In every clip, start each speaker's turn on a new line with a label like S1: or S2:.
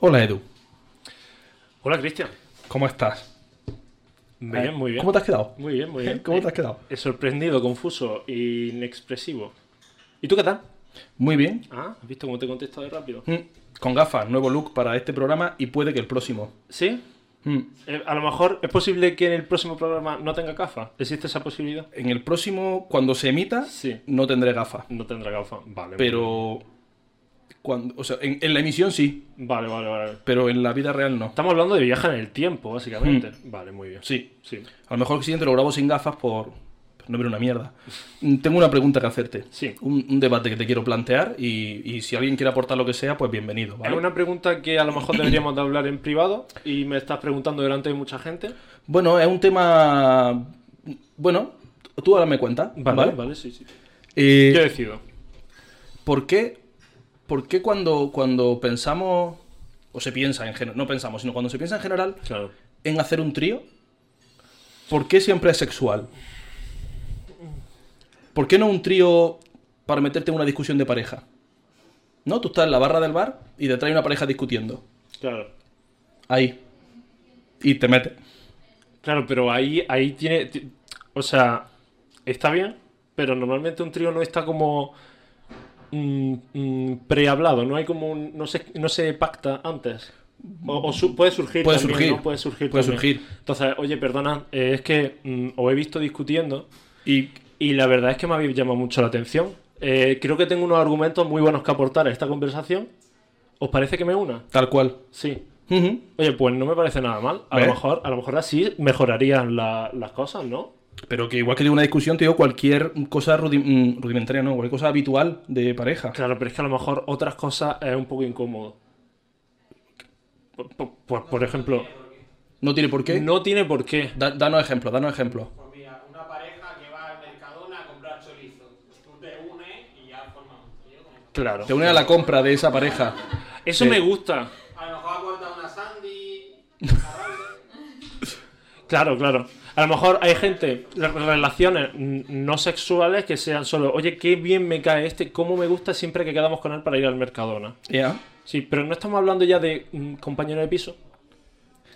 S1: Hola Edu,
S2: Hola, Cristian.
S1: ¿cómo estás? Eh,
S2: Bien, muy bien.
S1: ¿Cómo te has quedado?
S2: Muy bien, muy bien.
S1: ¿Cómo te has quedado?
S2: Eh, sorprendido, confuso e inexpresivo. ¿Y tú qué tal?
S1: Muy bien.
S2: Ah, ¿has visto cómo te he contestado de rápido?
S1: Mm, Con gafas, nuevo look para este programa y puede que el próximo.
S2: ¿Sí?
S1: Mm,
S2: Eh, a lo mejor es posible que en el próximo programa no tenga gafas. ¿Existe esa posibilidad?
S1: En el próximo, cuando se emita,
S2: Sí.
S1: no tendré gafas.
S2: No tendrá gafas. Vale.
S1: Pero. Cuando, o sea, en, en la emisión sí,
S2: Vale, vale, vale.
S1: pero en la vida real no.
S2: Estamos hablando de viajar en el tiempo, básicamente. Vale, muy bien.
S1: Sí.
S2: Hmm. Sí.
S1: A lo mejor el siguiente lo grabo sin gafas por. por No ver una mierda. Mm, Tengo una pregunta que hacerte.
S2: Sí.
S1: Un, un debate que te quiero plantear y, y si alguien quiere aportar lo que sea, pues bienvenido. ¿vale?
S2: Es una pregunta que a lo mejor deberíamos de hablar en privado y me estás preguntando delante de mucha gente.
S1: Bueno, es un tema. Bueno, tú ahora me cuentas. Vale,
S2: vale, vale sí, sí.
S1: Eh,
S2: Yo decido.
S1: ¿Por qué? por qué cuando, cuando pensamos. O se piensa en general. No pensamos, sino cuando se piensa en general
S2: Claro.
S1: en hacer un trío. ¿Por qué siempre es sexual? ¿Por qué no un trío para meterte en una discusión de pareja? ¿No? Tú estás en la barra del bar y te trae una pareja discutiendo.
S2: Claro.
S1: Ahí. Y te metes.
S2: Claro, pero ahí, ahí tiene. ti- O sea, está bien, pero normalmente un trío no está como mm, mm, prehablado, no hay como un- no se, no se pacta antes. O, o su- puede surgir
S1: Puede
S2: también,
S1: surgir.
S2: ¿no? Puede surgir
S1: Puede
S2: también.
S1: surgir.
S2: Entonces, oye, perdona, eh, es que mm, os he visto discutiendo
S1: Y
S2: y la verdad es que me habéis llamado mucho la atención. Eh, creo que tengo unos argumentos muy buenos que aportar a esta conversación. ¿Os parece que me una?
S1: tal cual.
S2: Sí.
S1: Ujú.
S2: Oye, pues no me parece nada mal. A lo
S1: ¿Ves?
S2: mejor, a lo mejor así mejorarían la- las cosas, ¿no?
S1: Pero que igual que digo una discusión, te digo cualquier cosa rudi- mm, rudimentaria, no, cualquier cosa habitual de pareja.
S2: Claro, pero es que a lo mejor otras cosas es un poco incómodo. Por, por- por- por ejemplo,
S1: No tiene por qué.
S2: no tiene por qué.
S1: Da- danos ejemplo, danos ejemplo.
S3: Pues mira, una pareja que va al Mercadona a comprar chorizo. Tú te unes y ya forman un trío. como-
S2: Claro.
S1: Te une a la compra de esa pareja.
S2: Eso me gusta.
S3: A lo mejor aporta una Sandy.
S2: Claro, claro. A lo mejor hay gente, re- relaciones mm, no sexuales que sean solo, oye, qué bien me cae este, cómo me gusta siempre que quedamos con él para ir al Mercadona.
S1: Ya.
S2: Sí, pero no estamos hablando ya de mm, compañero de piso.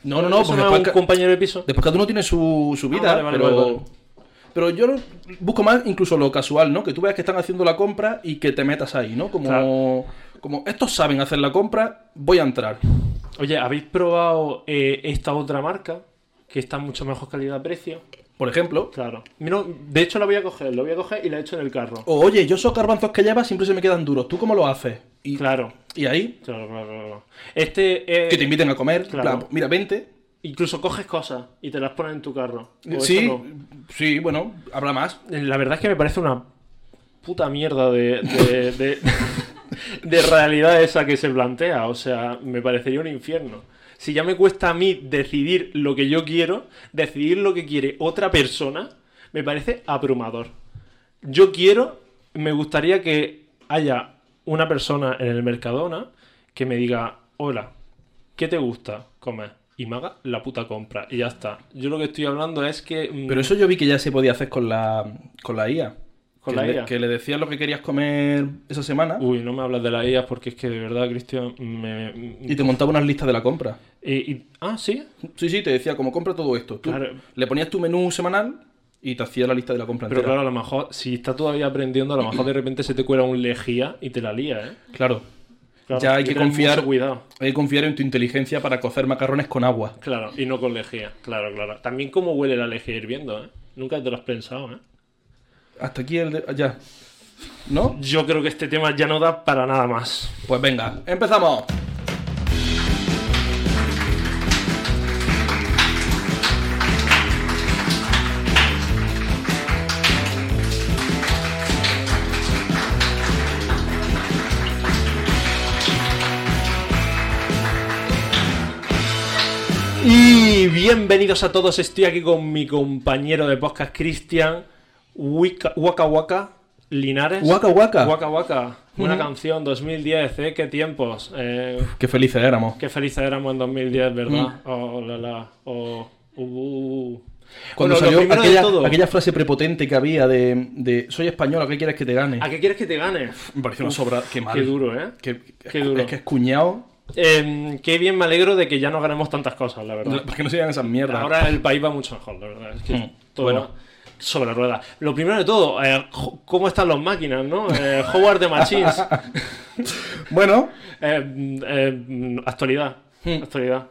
S1: No, no, no,
S2: Eso
S1: porque
S2: no es
S1: después,
S2: un
S1: ca-
S2: compañero de piso.
S1: después cada uno tiene su, su vida,
S2: vale, vale,
S1: pero.
S2: vale, vale.
S1: Pero yo lo- busco más incluso lo casual, ¿no? Que tú veas que están haciendo la compra y que te metas ahí, ¿no? Como,
S2: Claro.
S1: como estos saben hacer la compra, voy a entrar.
S2: Oye, ¿habéis probado eh, esta otra marca? Que está mucho mejor calidad-precio.
S1: Por ejemplo.
S2: Claro. Mira, de hecho la voy a coger, lo voy a coger y la echo en el carro.
S1: O, oye, yo esos garbanzos que llevas siempre se me quedan duros. ¿Tú cómo lo haces? Y,
S2: Claro,
S1: y ahí,
S2: claro, claro, claro. Este eh,
S1: que te inviten a comer. en
S2: Claro.
S1: plan, mira, vente. Eh,
S2: incluso coges cosas y te las pones en tu carro. O eso
S1: Sí,
S2: no.
S1: sí, bueno, habrá más.
S2: La verdad es que me parece una puta mierda de, de, de- de realidad esa que se plantea. O sea, me parecería un infierno. Si ya me cuesta a mí decidir lo que yo quiero, decidir lo que quiere otra persona, me parece abrumador. Yo quiero, me gustaría que haya una persona en el Mercadona que me diga, hola, ¿qué te gusta comer? Y me haga la puta compra. Y ya está. Yo lo que estoy hablando es que... mm,
S1: Pero eso yo vi que ya se podía hacer con la, con la IA.
S2: Con
S1: que
S2: la
S1: le,
S2: IA.
S1: Que le decías lo que querías comer esa semana
S2: Uy, no me hablas de la IA porque es que de verdad, Cristian, me...
S1: y te montaba unas listas de la compra.
S2: Eh, y- Ah, ¿sí?
S1: Sí, sí, te decía como compra todo esto. Tú
S2: Claro.
S1: le ponías tu menú semanal y te hacía la lista de la compra
S2: Pero
S1: entera.
S2: claro, a lo mejor, si está todavía aprendiendo, a lo mejor de repente se te cuela un lejía y te la lía, ¿eh?
S1: Claro.
S2: Claro,
S1: Ya hay que
S2: tener
S1: confiar-
S2: mucho cuidado.
S1: Hay que confiar en tu inteligencia para cocer macarrones con agua.
S2: Claro, y no con lejía. Claro, claro. También cómo huele la lejía hirviendo, ¿eh? Nunca te lo has pensado, ¿eh?
S1: Hasta aquí el... de- Ya. ¿No?
S2: Yo creo que este tema ya no da para nada más.
S1: Pues venga, empezamos.
S2: Y bienvenidos a todos, estoy aquí con mi compañero de podcast, Cristian Wika- Waka Waka Linares.
S1: Waka Waka.
S2: Waka Waka, una canción 2010, ¿eh? Qué tiempos. Eh,
S1: Qué felices éramos.
S2: qué felices éramos en 2010,
S1: Mm.
S2: ¿verdad? Oh, la, la, oh, uh, uh, uh.
S1: Cuando
S2: Bueno, lo
S1: salió
S2: primero de
S1: aquella,
S2: todo,
S1: aquella frase prepotente que había de, de soy español, ¿a qué quieres que te gane?
S2: ¿A qué quieres que te gane?
S1: Me pareció una sobra. Qué mal.
S2: Qué duro, ¿eh?
S1: Qué-
S2: Qué duro.
S1: Es que es cuñado.
S2: Em, qué bien me alegro de que ya no ganemos tantas cosas, la verdad.
S1: Porque no se llegan esas mierdas.
S2: Ahora el país va mucho mejor, la verdad. Es que
S1: Mm,
S2: todo
S1: bueno.
S2: va sobre ruedas. Lo primero de todo, eh, jo- ¿cómo están las máquinas, no? Eh, Howard de Machines.
S1: Bueno,
S2: Eh, mm, eh, mm, actualidad.
S1: Hmm.
S2: Actualidad.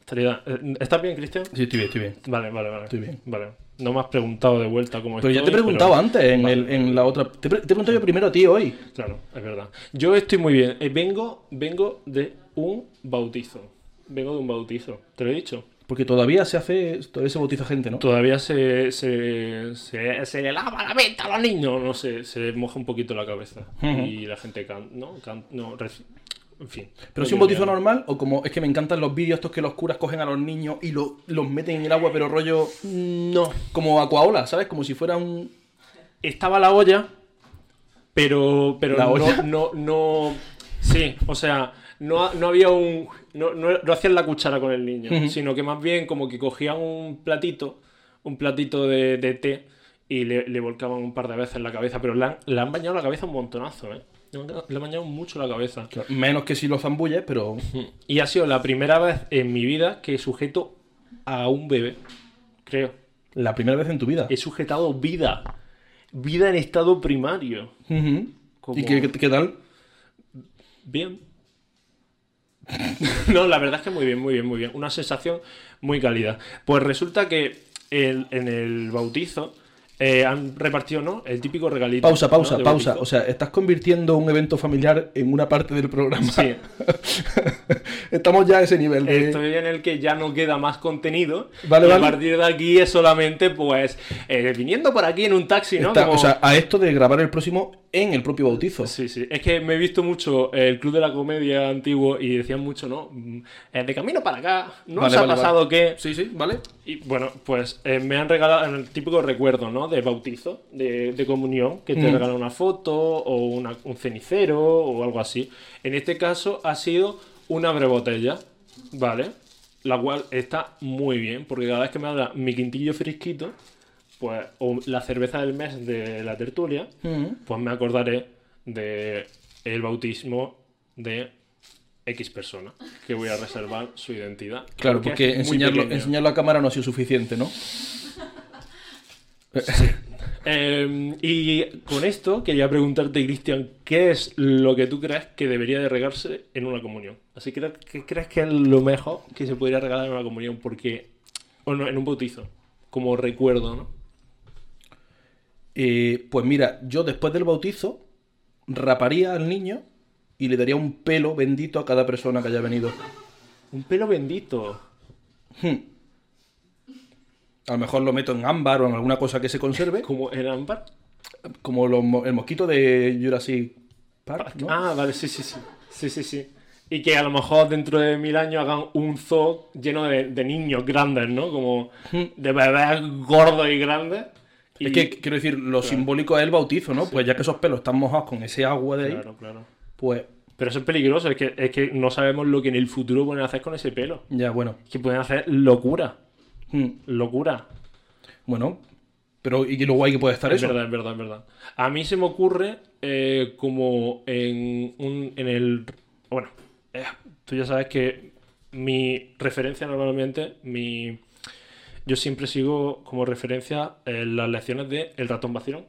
S2: Actualidad. Eh, ¿Estás bien, Cristian?
S1: sí, estoy bien, estoy bien.
S2: Vale, vale, vale.
S1: Estoy bien.
S2: Vale. No me has preguntado de vuelta cómo
S1: Pero ya te
S2: estoy,
S1: he preguntado
S2: pero-
S1: antes, en,
S2: Vale.
S1: el- en la otra. Te, he pre- te he preguntado yo primero a ti hoy.
S2: Claro, es verdad. Yo estoy muy bien. Eh, vengo, vengo de un bautizo. Vengo de un bautizo. Te lo he dicho.
S1: Porque todavía se hace. Todavía se bautiza gente, ¿no?
S2: Todavía se, se, se, se le lava la venta a los niños. No sé, se moja un poquito la cabeza.
S1: Ujú.
S2: Y la gente canta. No, Can- no reci- en fin.
S1: Pero
S2: No
S1: si un
S2: quiero
S1: bautizo
S2: liarme.
S1: normal, o como es que me encantan los vídeos estos que los curas cogen a los niños y lo- los meten en el agua, pero rollo.
S2: No.
S1: Como acuaola, ¿sabes? Como si fuera un.
S2: Estaba la olla, pero, pero
S1: ¿La
S2: no,
S1: olla?
S2: no, no. Sí, o sea, no, no había un. No, no- no hacían la cuchara con el niño,
S1: Ujú.
S2: sino que más bien como que cogían un platito, un platito de, de té y le, le volcaban un par de veces en la cabeza, pero le han, le han bañado la cabeza un montonazo, ¿eh? Le han- le han bañado mucho la cabeza.
S1: Menos que si los zambulles, pero.
S2: Y ha sido la primera vez en mi vida que sujeto a un bebé, creo.
S1: La primera vez en tu vida.
S2: He sujetado vida. Vida en estado primario.
S1: Ujú.
S2: Como-
S1: ¿Y qué, qué- qué tal?
S2: Bien. no, la verdad es que muy bien, muy bien, muy bien. Una sensación muy cálida. Pues resulta que el- en el bautizo eh, han repartido, ¿no? El típico regalito.
S1: Pausa,
S2: ¿no?
S1: pausa,
S2: de
S1: pausa.
S2: bautizo.
S1: O sea, estás convirtiendo un evento familiar en una parte del programa.
S2: Sí.
S1: Estamos ya a ese nivel. de-
S2: Estoy en el que ya no queda más contenido.
S1: Vale,
S2: y
S1: vale.
S2: A partir de aquí es solamente, pues, eh, viniendo por aquí en un taxi, ¿no?
S1: Está-
S2: Como-
S1: O sea, a esto de grabar el próximo en el propio bautizo.
S2: Sí, sí. Es que me he visto mucho eh, el Club de la Comedia antiguo y decían mucho, ¿no? Mm, eh, de camino para acá, ¿no
S1: Vale,
S2: os ha
S1: vale,
S2: pasado
S1: vale.
S2: que...?
S1: Sí, sí, vale.
S2: Y bueno, pues eh, me han regalado el típico recuerdo, ¿no? De bautizo, de, de comunión, que te
S1: Mm.
S2: regalan una foto o una- un cenicero o algo así. En este caso ha sido una brebotella, ¿vale? La cual está muy bien, porque cada vez que me habla mi quintillo fresquito, pues, o la cerveza del mes de la tertulia,
S1: Mm.
S2: pues me acordaré de el bautismo de X persona, que voy a reservar su identidad.
S1: Claro, porque
S2: es muy
S1: enseñarlo,
S2: pequeño.
S1: enseñarlo a cámara no ha sido suficiente, ¿no?
S2: Eh, y con esto quería preguntarte, Cristian, ¿qué es lo que tú crees que debería de regarse en una comunión? Así que, ¿qué crees que es lo mejor que se podría regalar en una comunión? Porque, o no, en un bautizo, como recuerdo, ¿no?
S1: Eh, pues mira, yo después del bautizo raparía al niño y le daría un pelo bendito a cada persona que haya venido.
S2: Un pelo bendito.
S1: A lo mejor lo meto en ámbar o en alguna cosa que se conserve,
S2: Como el ámbar.
S1: como los mo- el mosquito de Jurassic Park, ¿no?
S2: Ah, vale, sí, sí, sí. Sí, sí, sí. Y que a lo mejor dentro de mil años hagan un zoo lleno de, de niños grandes, ¿no? Como de bebés gordos y grandes. Y-
S1: Es que quiero decir, lo simbólico es el bautizo, ¿no? Pues ya que esos pelos están mojados con ese agua de ahí,
S2: Claro, claro.
S1: pues
S2: Pero eso es peligroso, es que, es que no sabemos lo que en el futuro pueden hacer con ese pelo.
S1: ya bueno.
S2: Es que pueden hacer locura,
S1: Hmm.
S2: locura.
S1: Bueno, pero y lo guay que puede estar
S2: Es
S1: eso.
S2: verdad, es verdad, es verdad. A mí se me ocurre eh, como en, un, en el... Bueno, eh, tú ya sabes que mi referencia normalmente, mi... Yo siempre sigo como referencia eh, las lecciones de El ratón vacilón.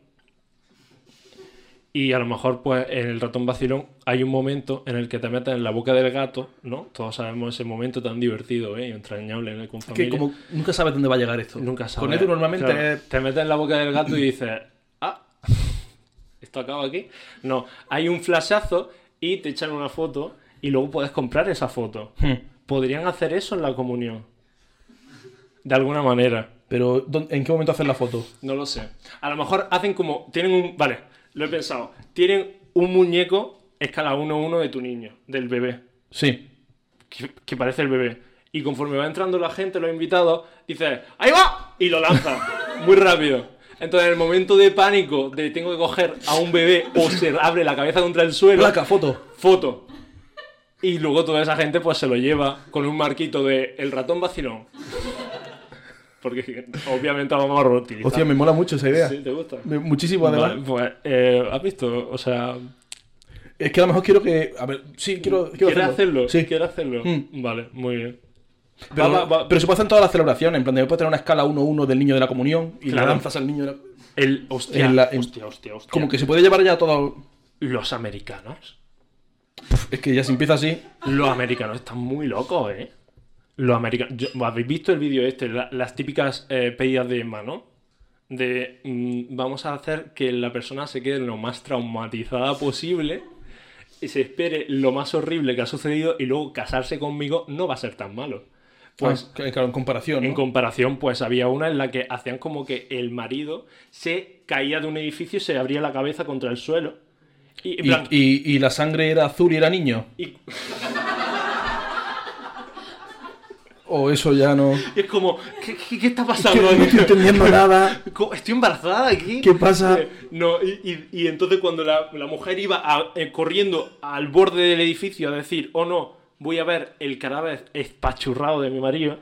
S2: Y a lo mejor, pues, en el ratón vacilón hay un momento en el que te metes en la boca del gato, ¿no? Todos sabemos ese momento tan divertido ¿eh? y entrañable en el con
S1: Es que
S2: familia.
S1: como nunca sabes dónde va a llegar esto.
S2: Nunca sabes.
S1: Con Edu normalmente
S2: Claro,
S1: es-
S2: te metes en la boca del gato y dices, ah, esto acaba aquí. No, hay un flashazo y te echan una foto y luego puedes comprar esa foto.
S1: Hmm.
S2: Podrían hacer eso en la comunión. De alguna manera.
S1: Pero ¿dó- ¿en qué momento haces la foto?
S2: No lo sé. A lo mejor hacen como. Tienen un. Vale, lo he pensado. Tienen un muñeco escala 1-1 de tu niño, del bebé
S1: Sí.
S2: que, que parece el bebé. Y conforme va entrando la gente, los invitados, dice, ¡ahí va! Y lo lanza, muy rápido. Entonces, en el momento de pánico, de tengo que coger a un bebé o se abre la cabeza contra el suelo,
S1: Placa, foto.
S2: foto. Y luego toda esa gente pues se lo lleva con un marquito de el ratón vacilón. Porque obviamente vamos a reutilizar.
S1: Hostia, me mola mucho esa idea.
S2: Sí, ¿Te gusta?
S1: Me- Muchísimo además.
S2: Vale, pues, eh, ¿has visto? O sea,
S1: Es que a lo mejor quiero que. A ver, sí, quiero, quiero
S2: ¿Quieres hacerlo?
S1: Sí.
S2: ¿Quieres hacerlo?
S1: Mm.
S2: Vale, muy bien.
S1: Pero,
S2: Va, va, va.
S1: pero se puede hacer en todas las celebraciones. En plan, yo puedo tener una escala 1-1 del niño de la comunión y
S2: Claro.
S1: le lanzas al niño de la.
S2: El, hostia,
S1: En la- en-
S2: hostia, hostia, hostia.
S1: Como que se puede llevar ya todo.
S2: Los americanos.
S1: Es que ya se empieza así.
S2: Los americanos están muy locos, ¿eh? Los americanos. yo- ¿Habéis visto el vídeo este? La- las típicas eh, pedidas de mano. De mm, vamos a hacer que la persona se quede lo más traumatizada posible. Y se espere lo más horrible que ha sucedido. Y luego casarse conmigo no va a ser tan malo. Pues
S1: Ah, claro, en comparación. ¿no?
S2: En comparación, pues había una en la que hacían como que el marido se caía de un edificio y se abría la cabeza contra el suelo. Y, en
S1: y,
S2: plan,
S1: y- y la sangre era azul y era niño.
S2: y-
S1: O eso ya no.
S2: y es como, ¿qué, qué- qué está
S1: Que
S2: pasando?
S1: no estoy entendiendo nada.
S2: Co- Estoy embarazada aquí.
S1: ¿Qué pasa?
S2: Eh, No, y, y- y entonces cuando la, la mujer iba a- eh, corriendo al borde del edificio a decir, oh no, voy a ver el cadáver espachurrado de mi marido,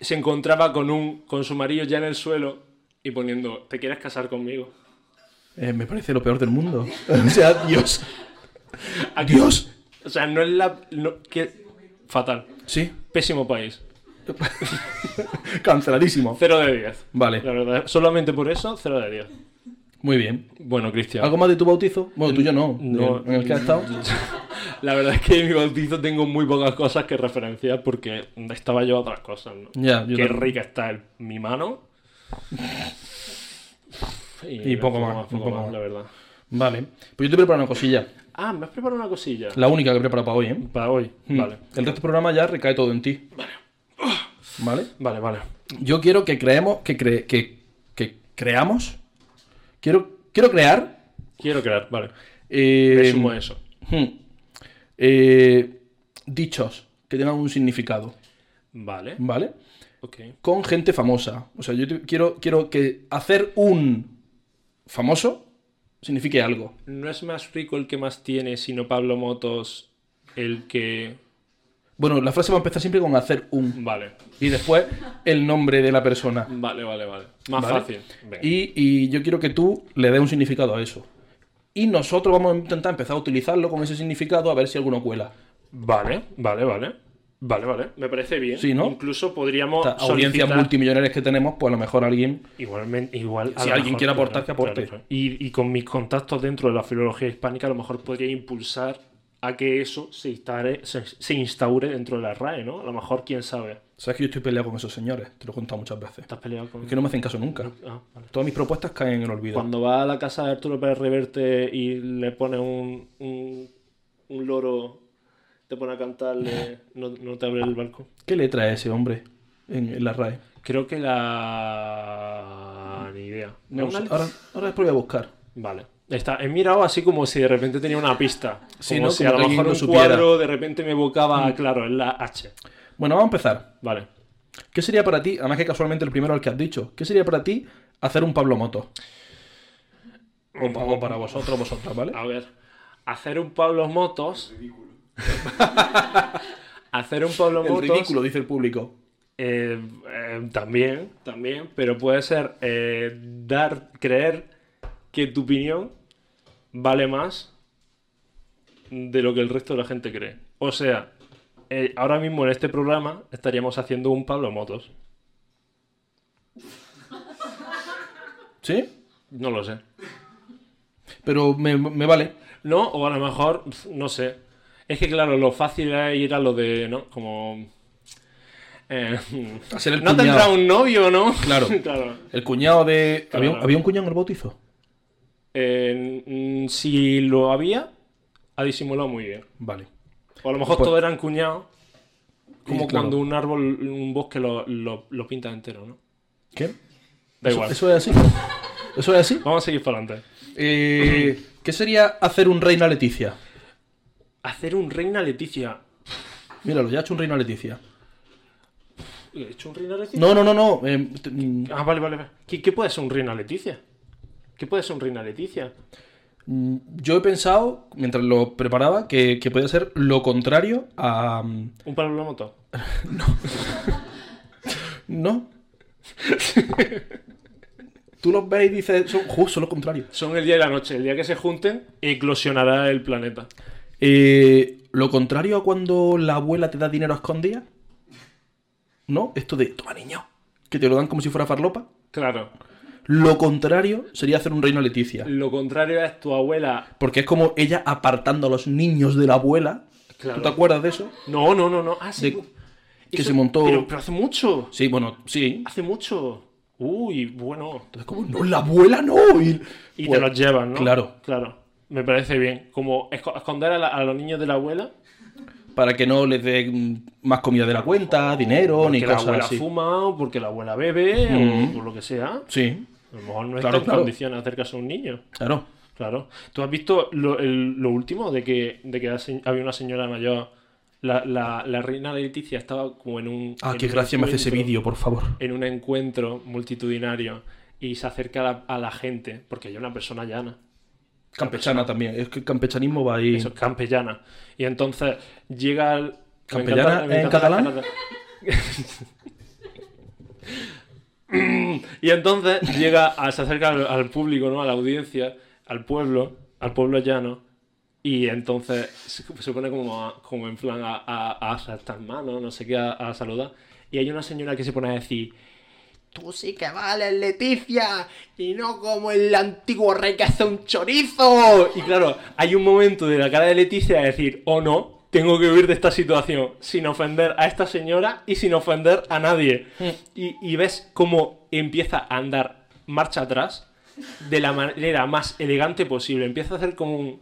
S2: se encontraba con, un, con su marido ya en el suelo y poniendo, ¿te quieres casar conmigo?
S1: Eh, me parece lo peor del mundo. o sea, Dios. Dios.
S2: O sea, no es la. no- que, fatal.
S1: Sí.
S2: Pésimo país.
S1: Canceladísimo.
S2: 0 de 10.
S1: Vale.
S2: La verdad, solamente por eso, 0 de 10.
S1: Muy bien.
S2: Bueno, Cristian.
S1: ¿Algo más de tu bautizo? Bueno, tuyo no.
S2: No.
S1: En el que has estado.
S2: La verdad es que en mi bautizo tengo muy pocas cosas que referenciar porque estaba yo a otras cosas, ¿no?
S1: Ya, yo
S2: Qué
S1: también.
S2: rica está el- mi mano.
S1: Y poco más, un
S2: poco
S1: poco
S2: más,
S1: más.
S2: la verdad.
S1: Vale. Pues yo te he preparado una cosilla.
S2: Ah, me has preparado una cosilla.
S1: La única que he preparado para hoy, ¿eh?
S2: Para hoy. Vale.
S1: El resto del programa ya recae todo en ti. Vale. Vale.
S2: Vale, vale.
S1: Yo quiero que creemos, que, cre- que, que creamos. Quiero, quiero crear.
S2: Quiero crear, vale.
S1: eh,
S2: Me sumo a eso.
S1: hmm, eh, dichos que tengan un significado.
S2: Vale.
S1: ¿Vale?
S2: Ok.
S1: Con gente famosa. O sea, yo te- quiero, quiero que hacer un famoso signifique algo.
S2: No es más rico el que más tiene, sino Pablo Motos el que...
S1: Bueno, la frase va a empezar siempre con hacer un.
S2: Vale,
S1: Y después el nombre de la persona.
S2: vale, vale, vale. Más
S1: ¿vale?
S2: fácil. Venga.
S1: Y, y yo quiero que tú le des un significado a eso. Y nosotros vamos a intentar empezar a utilizarlo con ese significado a ver si alguno cuela.
S2: Vale, vale, vale. Vale, vale. Me parece bien.
S1: Sí, ¿no?
S2: Incluso podríamos...
S1: Esta audiencia
S2: solicitar-
S1: multimillonarias que tenemos, pues a lo mejor alguien.
S2: Igualmente, igual... a
S1: Si
S2: lo
S1: alguien
S2: mejor-
S1: quiere aportar, que aporte.
S2: Y, y con mis contactos dentro de la filología hispánica, a lo mejor podría impulsar a que eso se instaure, se, se instaure dentro de la RAE, ¿no? A lo mejor, quién sabe.
S1: Sabes que yo estoy peleado con esos señores, te lo he contado muchas veces.
S2: ¿Estás peleado con...?
S1: Es que no me hacen caso nunca.
S2: Ah, vale.
S1: Todas mis propuestas caen en el olvido.
S2: Cuando va a la casa de Arturo Pérez Reverte y le pone un, un, un loro, te pone a cantarle, no, no te abre el balcón.
S1: ¿Qué letra es ese hombre en, en la RAE?
S2: Creo que la... ni idea.
S1: No,
S2: ¿Es
S1: sé.
S2: una-
S1: ahora, ahora después voy a buscar.
S2: Vale. Está, he mirado así como si de repente tenía una pista.
S1: Sí,
S2: como
S1: ¿no?
S2: si
S1: Como
S2: a
S1: que
S2: lo
S1: alguien
S2: mejor
S1: lo
S2: un
S1: supiera. Mm.
S2: cuadro de repente me evocaba, claro, es la H.
S1: Bueno, vamos a empezar.
S2: Vale.
S1: ¿Qué sería para ti, además que casualmente el primero es el que has dicho, qué sería para ti hacer un Pablo Moto? O, pa- o para vosotros, vosotras, ¿vale?
S2: A ver, hacer un Pablo Motos... hacer un Pablo
S1: El
S2: Motos...
S1: ridículo, dice el público.
S2: Eh, eh, también, también, pero puede ser eh, dar, creer que tu opinión vale más de lo que el resto de la gente cree. O sea, eh, ahora mismo en este programa estaríamos haciendo un Pablo Motos.
S1: ¿Sí?
S2: No lo sé.
S1: Pero me, me vale.
S2: No, o a lo mejor, pf, no sé. Es que claro, lo fácil es ir a lo de, ¿no? Como... eh,
S1: Hacer el
S2: no
S1: cuñado.
S2: tendrá un novio, ¿no?
S1: Claro.
S2: claro.
S1: El cuñado de.
S2: Claro.
S1: ¿Había, había un cuñado en el bautizo?
S2: Eh, mm, si lo había, ha disimulado muy bien.
S1: Vale.
S2: O a lo mejor
S1: Pues-
S2: todo eran cuñados. Como
S1: Sí, claro.
S2: cuando un árbol, un bosque lo, lo, lo pinta entero, ¿no?
S1: ¿Qué?
S2: Da
S1: eso,
S2: igual.
S1: eso es así. Eso es así.
S2: Vamos a seguir para adelante.
S1: Eh, ¿Qué sería hacer un reina Leticia?
S2: Hacer un reina Leticia.
S1: Míralo, ya ha hecho un reina Leticia.
S2: ¿He hecho un reina Leticia?
S1: No, no, no, no. eh, t- mm,
S2: Ah, vale, vale. vale. ¿Qué, qué puede ser un reina Leticia? ¿Qué puede ser un reina Leticia?
S1: mm, yo he pensado, mientras lo preparaba, que, que podía ser lo contrario a. mm,
S2: ¿Un Pablo Moto?
S1: ¿No? Tú los ves y dices, son justo lo contrario.
S2: Son el día y la noche. El día que se junten, eclosionará el planeta.
S1: Eh, lo contrario a cuando la abuela te da dinero a escondidas. ¿No? Esto de, toma niño, que te lo dan como si fuera farlopa.
S2: Claro.
S1: Lo contrario sería hacer un reino a Leticia.
S2: Lo contrario es tu abuela.
S1: Porque es como ella apartando a los niños de la abuela.
S2: Claro.
S1: ¿Tú te acuerdas de eso?
S2: No, no, no, no. Ah, sí.
S1: De-
S2: pu-
S1: que se montó-
S2: Pero, pero hace mucho.
S1: Sí, bueno, sí.
S2: Hace mucho. Uy, bueno.
S1: Entonces, como, no, la abuela no. Y,
S2: Y
S1: Pues,
S2: te los llevan, ¿no?
S1: Claro,
S2: Claro. Me parece bien. Como esco- esconder a, la- a los niños de la abuela.
S1: para que no les dé mm, más comida de la cuenta, dinero,
S2: Porque
S1: ni
S2: la
S1: cosas
S2: abuela
S1: así.
S2: fuma, o porque la abuela bebe, o
S1: Mm.
S2: por lo que sea.
S1: Sí,
S2: A lo mejor no
S1: Claro,
S2: está en
S1: claro.
S2: condiciones de hacer caso a un niño.
S1: claro.
S2: Claro. ¿Tú has visto lo, el- lo último de que, de que la se- había una señora mayor? La, la- la reina Leticia estaba como en un.
S1: Ah,
S2: en
S1: qué
S2: un
S1: gracia me hace ese
S2: encuentro-
S1: vídeo, por favor.
S2: En un encuentro multitudinario y se acerca a la, a la gente, porque ella es una persona llana.
S1: Campechana también. Es que el campechanismo va ahí.
S2: Eso es campellana. Y entonces llega el. me encanta-
S1: ¿Campellana
S2: me
S1: en
S2: encanta-
S1: catalán?
S2: y entonces llega, a- se acerca al, al público, ¿no? A la audiencia, al pueblo, al pueblo llano. Y entonces se, se pone como, a- como en plan a, a, a saltar manos, no sé qué, a, a saludar. Y hay una señora que se pone a decir. Tú sí que vales, Leticia, y no como el antiguo rey que hace un chorizo. Y claro, hay un momento de la cara de Leticia de decir, oh no, tengo que huir de esta situación, sin ofender a esta señora y sin ofender a nadie. Y, y ves cómo empieza a andar marcha atrás de la manera más elegante posible. Empieza a hacer como un...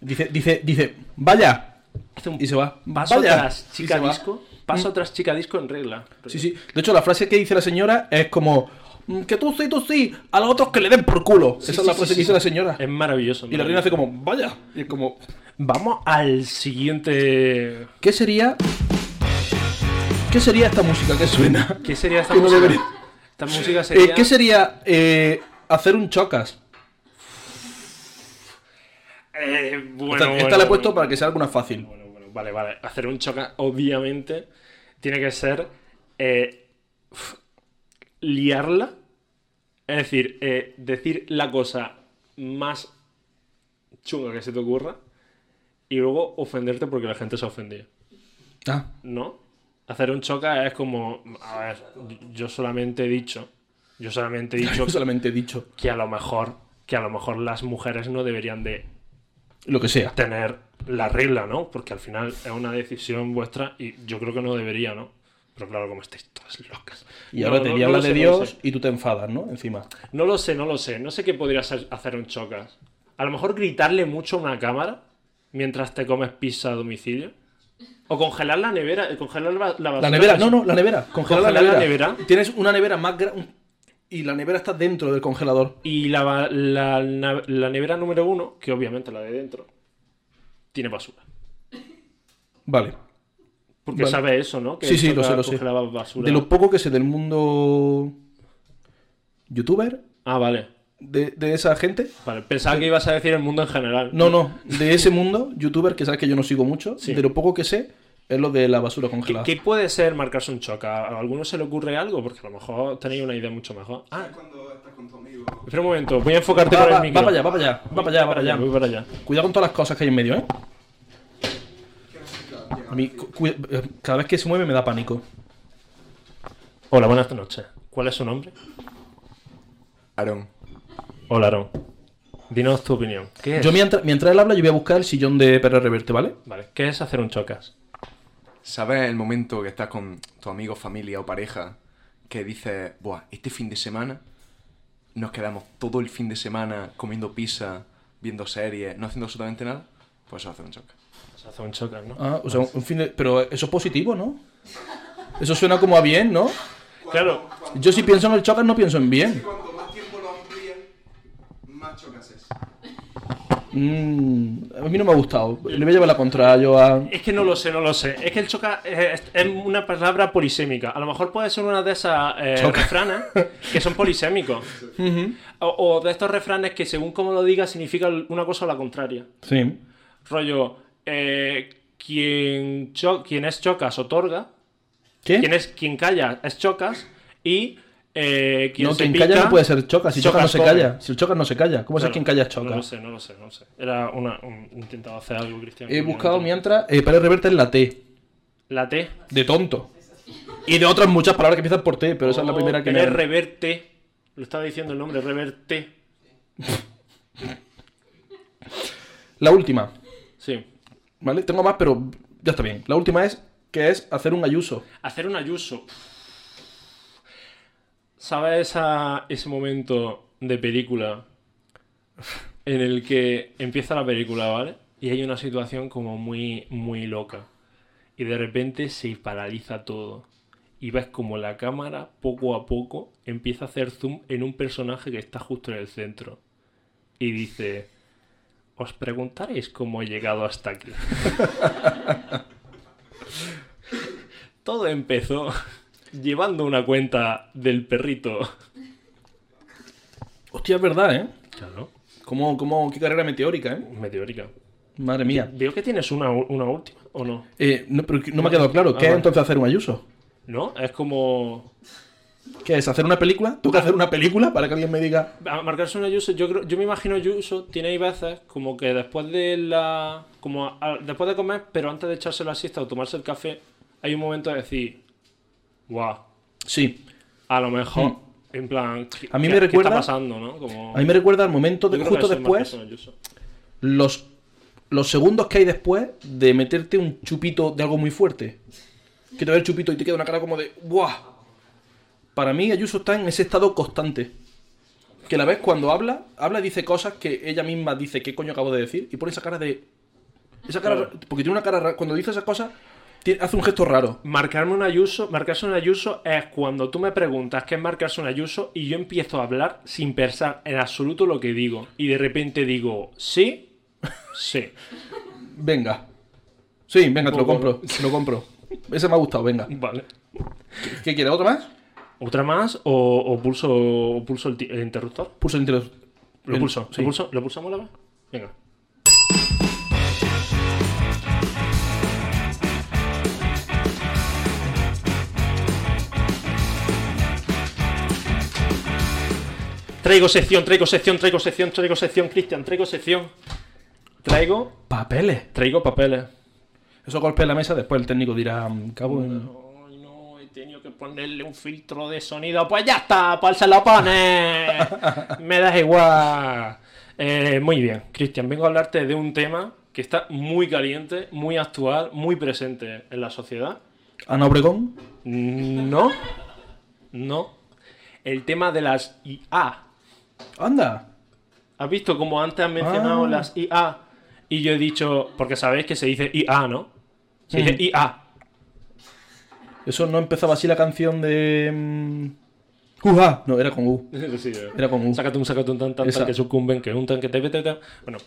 S1: Dice, dice, dice, vaya.
S2: hace un
S1: Y se va.
S2: paso
S1: vaya.
S2: atrás,
S1: Y
S2: chica
S1: se va. Mm.
S2: disco. Paso atrás, chica disco en regla.
S1: Sí, sí. De hecho, la frase que dice la señora es como, "Mm, que tú sí, tú sí, a los otros que le den por culo. Esa es la
S2: sí,
S1: frase
S2: sí,
S1: que dice
S2: sí.
S1: la señora.
S2: Es maravilloso.
S1: Y la reina hace como, vaya. Y es como,
S2: Vamos al siguiente.
S1: ¿qué sería? ¿Qué sería esta música que suena?
S2: ¿Qué sería esta
S1: Que no
S2: música?
S1: debería.
S2: Esta música
S1: Eh,
S2: sería.
S1: ¿Qué sería eh, hacer un chocas?
S2: Eh, bueno,
S1: esta
S2: bueno,
S1: esta la he
S2: bueno.
S1: puesto para que sea alguna fácil.
S2: Bueno, bueno, vale, vale. Hacer un choca, obviamente, tiene que ser. eh, f- liarla. Es decir, eh, decir la cosa más chunga que se te ocurra. Y luego ofenderte porque la gente se ha ofendido.
S1: Ah,
S2: ¿no? Hacer un choca es como, a ver, yo solamente he dicho, yo solamente he dicho
S1: yo solamente he dicho
S2: que a lo mejor, que a lo mejor las mujeres no deberían de
S1: lo que sea.
S2: tener la regla, ¿no? Porque al final es una decisión vuestra y yo creo que no debería, ¿no? Pero claro, como estáis todas locas.
S1: Y ahora
S2: No,
S1: te
S2: no,
S1: di
S2: no
S1: habla
S2: lo
S1: de
S2: sé, no lo
S1: Dios
S2: sé.
S1: y tú te enfadas, ¿no? Encima.
S2: No lo sé, no lo sé. No sé qué podría ser hacer un chocas. A lo mejor gritarle mucho a una cámara mientras te comes pizza a domicilio. O congelar la nevera, eh, congelar la la basura.
S1: La nevera, no, no, la nevera. Congelar la nevera.
S2: Congelar la nevera.
S1: Tienes una nevera más grande y la nevera está dentro del congelador.
S2: Y la, ba- la, na- la nevera número uno, que obviamente la de dentro, tiene basura.
S1: Vale.
S2: Porque
S1: Vale.
S2: sabe eso, ¿no? Que
S1: Sí, sí,
S2: esto
S1: lo sé,
S2: era-
S1: lo sé.
S2: congelaba basura.
S1: De lo poco que sé del mundo youtuber,
S2: Ah, vale.
S1: de, de esa gente.
S2: Vale, Pensaba que ibas a decir el mundo en general.
S1: No, no, de ese mundo youtuber que sabes que yo no sigo mucho.
S2: Sí.
S1: De lo poco que sé es lo de la basura
S2: ¿Qué,
S1: congelada.
S2: qué puede ser marcarse un choca? ¿A alguno se le ocurre algo? Porque a lo mejor tenéis una idea mucho mejor. Ah,
S4: Cuando estás con tu amigo.
S2: espera un momento, voy a enfocarte
S1: Va,
S2: para
S1: va,
S2: el
S1: va
S2: micro.
S1: para allá, va para allá, va para allá, va para allá.
S2: Voy para allá.
S1: Cuidado con todas las cosas que hay en medio, ¿eh? A mí, cu- cu- eh, cada vez que se mueve me da pánico.
S2: Hola, buenas noches. ¿Cuál es su nombre?
S4: Aaron.
S2: Hola, Aaron. Dinos tu opinión. ¿Qué es?
S1: Yo mientras, mientras él habla, yo voy a buscar el sillón de Pérez Reverte, ¿vale?
S2: Vale, ¿qué es hacer un chocas?
S4: ¿Sabes el momento que estás con tu amigo, familia o pareja que dices, Buah, este fin de semana nos quedamos todo el fin de semana comiendo pizza, viendo series, no haciendo absolutamente nada? Pues eso hace un choque.
S2: Se hace un chocas, ¿no?
S1: Ah, o sea, un fin de... Pero eso es positivo, ¿no? Eso suena como a bien, ¿no?
S2: Claro.
S1: Yo si pienso en el chocas no pienso en bien.
S4: Cuanto más tiempo lo amplías, más chocas es.
S1: Mm, a mí no me ha gustado. Le voy a llevar la contra yo a...
S2: Es que no lo sé, no lo sé. Es que el choca eh, es, es una palabra polisémica. A lo mejor puede ser una de esas eh,
S1: Choca.
S2: refranes que son polisémicos. o, o de estos refranes que según como lo diga significa una cosa o la contraria.
S1: Sí.
S2: Rollo, eh, quien, cho- quien es chocas otorga,
S1: ¿Qué?
S2: quien, es, quien calla es chocas y Eh, quien
S1: No,
S2: se
S1: quien
S2: pica-
S1: calla no puede ser choca. Si choca,
S2: Choca
S1: no se
S2: come.
S1: calla. Si el choca no se calla. ¿Cómo sabes
S2: Claro,
S1: quién calla es choca?
S2: No lo sé, no lo sé, no lo sé. Era una. un- intentaba hacer algo, Cristian.
S1: He buscado
S2: mientras
S1: mientras. Eh, Pérez Reverte es la T.
S2: La T.
S1: De tonto. Y de otras muchas palabras que empiezan por T, pero esa es la
S2: Oh,
S1: primera que me.
S2: Pérez Reverte. Lo estaba diciendo el nombre, Reverte.
S1: La última.
S2: Sí.
S1: ¿Vale? Tengo más, pero ya está bien. La última es que es hacer un ayuso.
S2: Hacer un ayuso. ¿Sabes esa- ese momento de película en el que empieza la película, ¿vale? Y hay una situación como muy, muy loca. Y de repente se paraliza todo. Y ves como la cámara, poco a poco, empieza a hacer zoom en un personaje que está justo en el centro. Y dice, os preguntaréis cómo he llegado hasta aquí. todo empezó llevando una cuenta del perrito.
S1: Hostia, es verdad, ¿eh?
S2: Claro.
S1: ¿Cómo, cómo, qué carrera meteórica, ¿eh?
S2: Meteórica.
S1: Madre mía.
S2: Veo que tienes una, u- una última, ¿o no?
S1: Eh, no, pero no me ha quedado claro.
S2: Ah,
S1: ¿Qué es
S2: vale.
S1: entonces hacer un ayuso?
S2: ¿No? Es como...
S1: ¿Qué es? ¿Hacer una película? ¿Tú que hacer una película para que alguien me diga
S2: a- Marcarse un ayuso, yo, creo, yo me imagino ayuso, tiene ahí veces como que después de la... Como a- a- después de comer, pero antes de echarse la siesta o tomarse el café, hay un momento de decir, guau,
S1: Sí.
S2: a lo mejor, en plan, ¿qué-
S1: A mí
S2: qué-
S1: me
S2: ¿qué está
S1: recuerda-
S2: pasando, no? Como...
S1: A mí me recuerda al momento, de,
S2: Yo creo que
S1: justo
S2: eso es
S1: después,
S2: Marcarse un ayuso.
S1: los, los segundos que hay después de meterte un chupito de algo muy fuerte. Que te da el chupito y te queda una cara como de ¡buah! Para mí Ayuso está en ese estado constante. Que la ves cuando habla, habla y dice cosas que ella misma dice ¿qué coño acabo de decir? Y pone esa cara de... Esa cara...
S2: Claro.
S1: Porque tiene una cara... ra- Cuando dice esas cosas, ti- hace un gesto raro.
S2: Marcarme un ayuso, marcarse un ayuso es cuando tú me preguntas qué es marcarse un ayuso y yo empiezo a hablar sin pensar en absoluto lo que digo. Y de repente digo, sí, sí.
S1: Venga. Sí, venga, te lo
S2: Poco,
S1: compro. Te lo compro. Ese me ha gustado, venga.
S2: Vale.
S1: ¿Qué quieres? ¿Otra más?
S2: ¿Otra más o, o pulso, o pulso el, ti- el interruptor?
S1: Pulso el interés.
S2: Lo
S1: El-
S2: pulso,
S1: sí.
S2: lo pulso, lo pulsamos la vez. Venga. Traigo sección, traigo sección, traigo sección, traigo sección, Cristian, traigo sección. Traigo,
S1: Papeles.
S2: traigo papeles.
S1: Eso golpea la mesa, después el técnico dirá, "Mm, cabo en-".
S2: Ay, no, he tenido que ponerle un filtro de sonido. Pues ya está, pues se lo pone. Me das igual. Eh, muy bien, Cristian, vengo a hablarte de un tema que está muy caliente, muy actual, muy presente en la sociedad.
S1: Ana Obregón.
S2: No, no. El tema de las IA.
S1: Anda.
S2: ¿Has visto cómo antes han mencionado
S1: Ah.
S2: las IA? Y yo he dicho, porque sabéis que se dice IA, ¿no? Se
S1: Mm.
S2: dice IA.
S1: Eso no empezaba así la canción de... mm, Uja. No, era con U.
S2: Sí, eh.
S1: Era con U.
S2: Sácate un, sácate un tan, tan,
S1: Esa.
S2: tan que sucumben, que un tan, que te vete, tan. Bueno,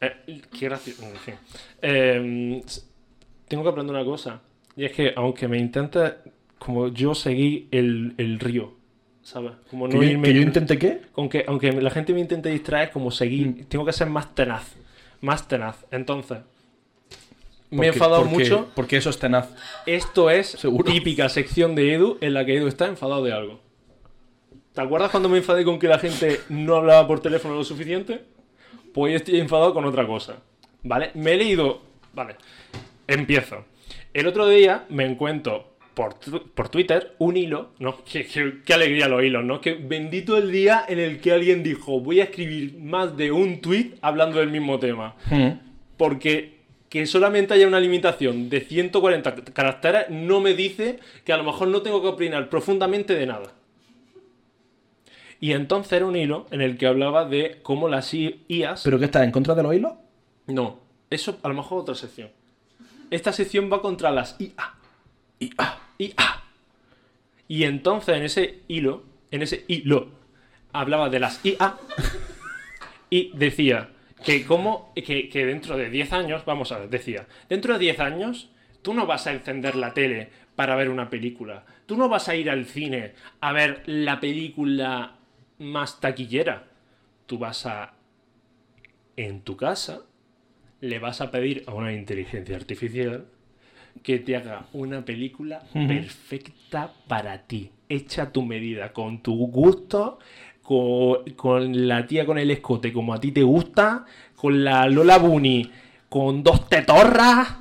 S2: eh, qué gracioso. En fin. Eh, s- tengo que aprender una cosa. Y es que, aunque me intente, como yo seguí el, el río, ¿sabes? Como
S1: ¿Que
S2: no
S1: yo,
S2: irme.
S1: que yo intenté qué?
S2: aunque, aunque la gente me intente distraer, como seguí,
S1: Mm.
S2: tengo que ser más tenaz. Más tenaz. Entonces, me
S1: Porque-
S2: he enfadado
S1: porque-
S2: mucho.
S1: Porque eso es tenaz.
S2: Esto es
S1: Seguro.
S2: típica sección de Edu en la que Edu está enfadado de algo. ¿Te acuerdas cuando me enfadé con que la gente no hablaba por teléfono lo suficiente? Pues estoy enfadado con otra cosa. ¿Vale? Me he leído. Vale. Empiezo. El otro día me encuentro por, tu- por Twitter un hilo. No, qué, qué- qué alegría los hilos, ¿no? Que bendito el día en el que alguien dijo: Voy a escribir más de un tweet hablando del mismo tema. Porque que solamente haya una limitación de 140 ca- caracteres no me dice que a lo mejor no tengo que opinar profundamente de nada. Y entonces era un hilo en el que hablaba de cómo las I- IAS...
S1: ¿Pero qué está? ¿En contra de los hilos?
S2: No, eso a lo mejor otra sección. Esta sección va contra las IA. IA. Y entonces en ese hilo, en ese hilo, hablaba de las IA y decía que como que, que dentro de 10 años, vamos a ver, decía, dentro de 10 años tú no vas a encender la tele para ver una película. Tú no vas a ir al cine a ver la película más taquillera. Tú vas a en tu casa le vas a pedir a una inteligencia artificial que te haga una película perfecta para ti, hecha a tu medida, con tu gusto, con, con la tía con el escote como a ti te gusta, con la Lola Bunny, con dos tetorras.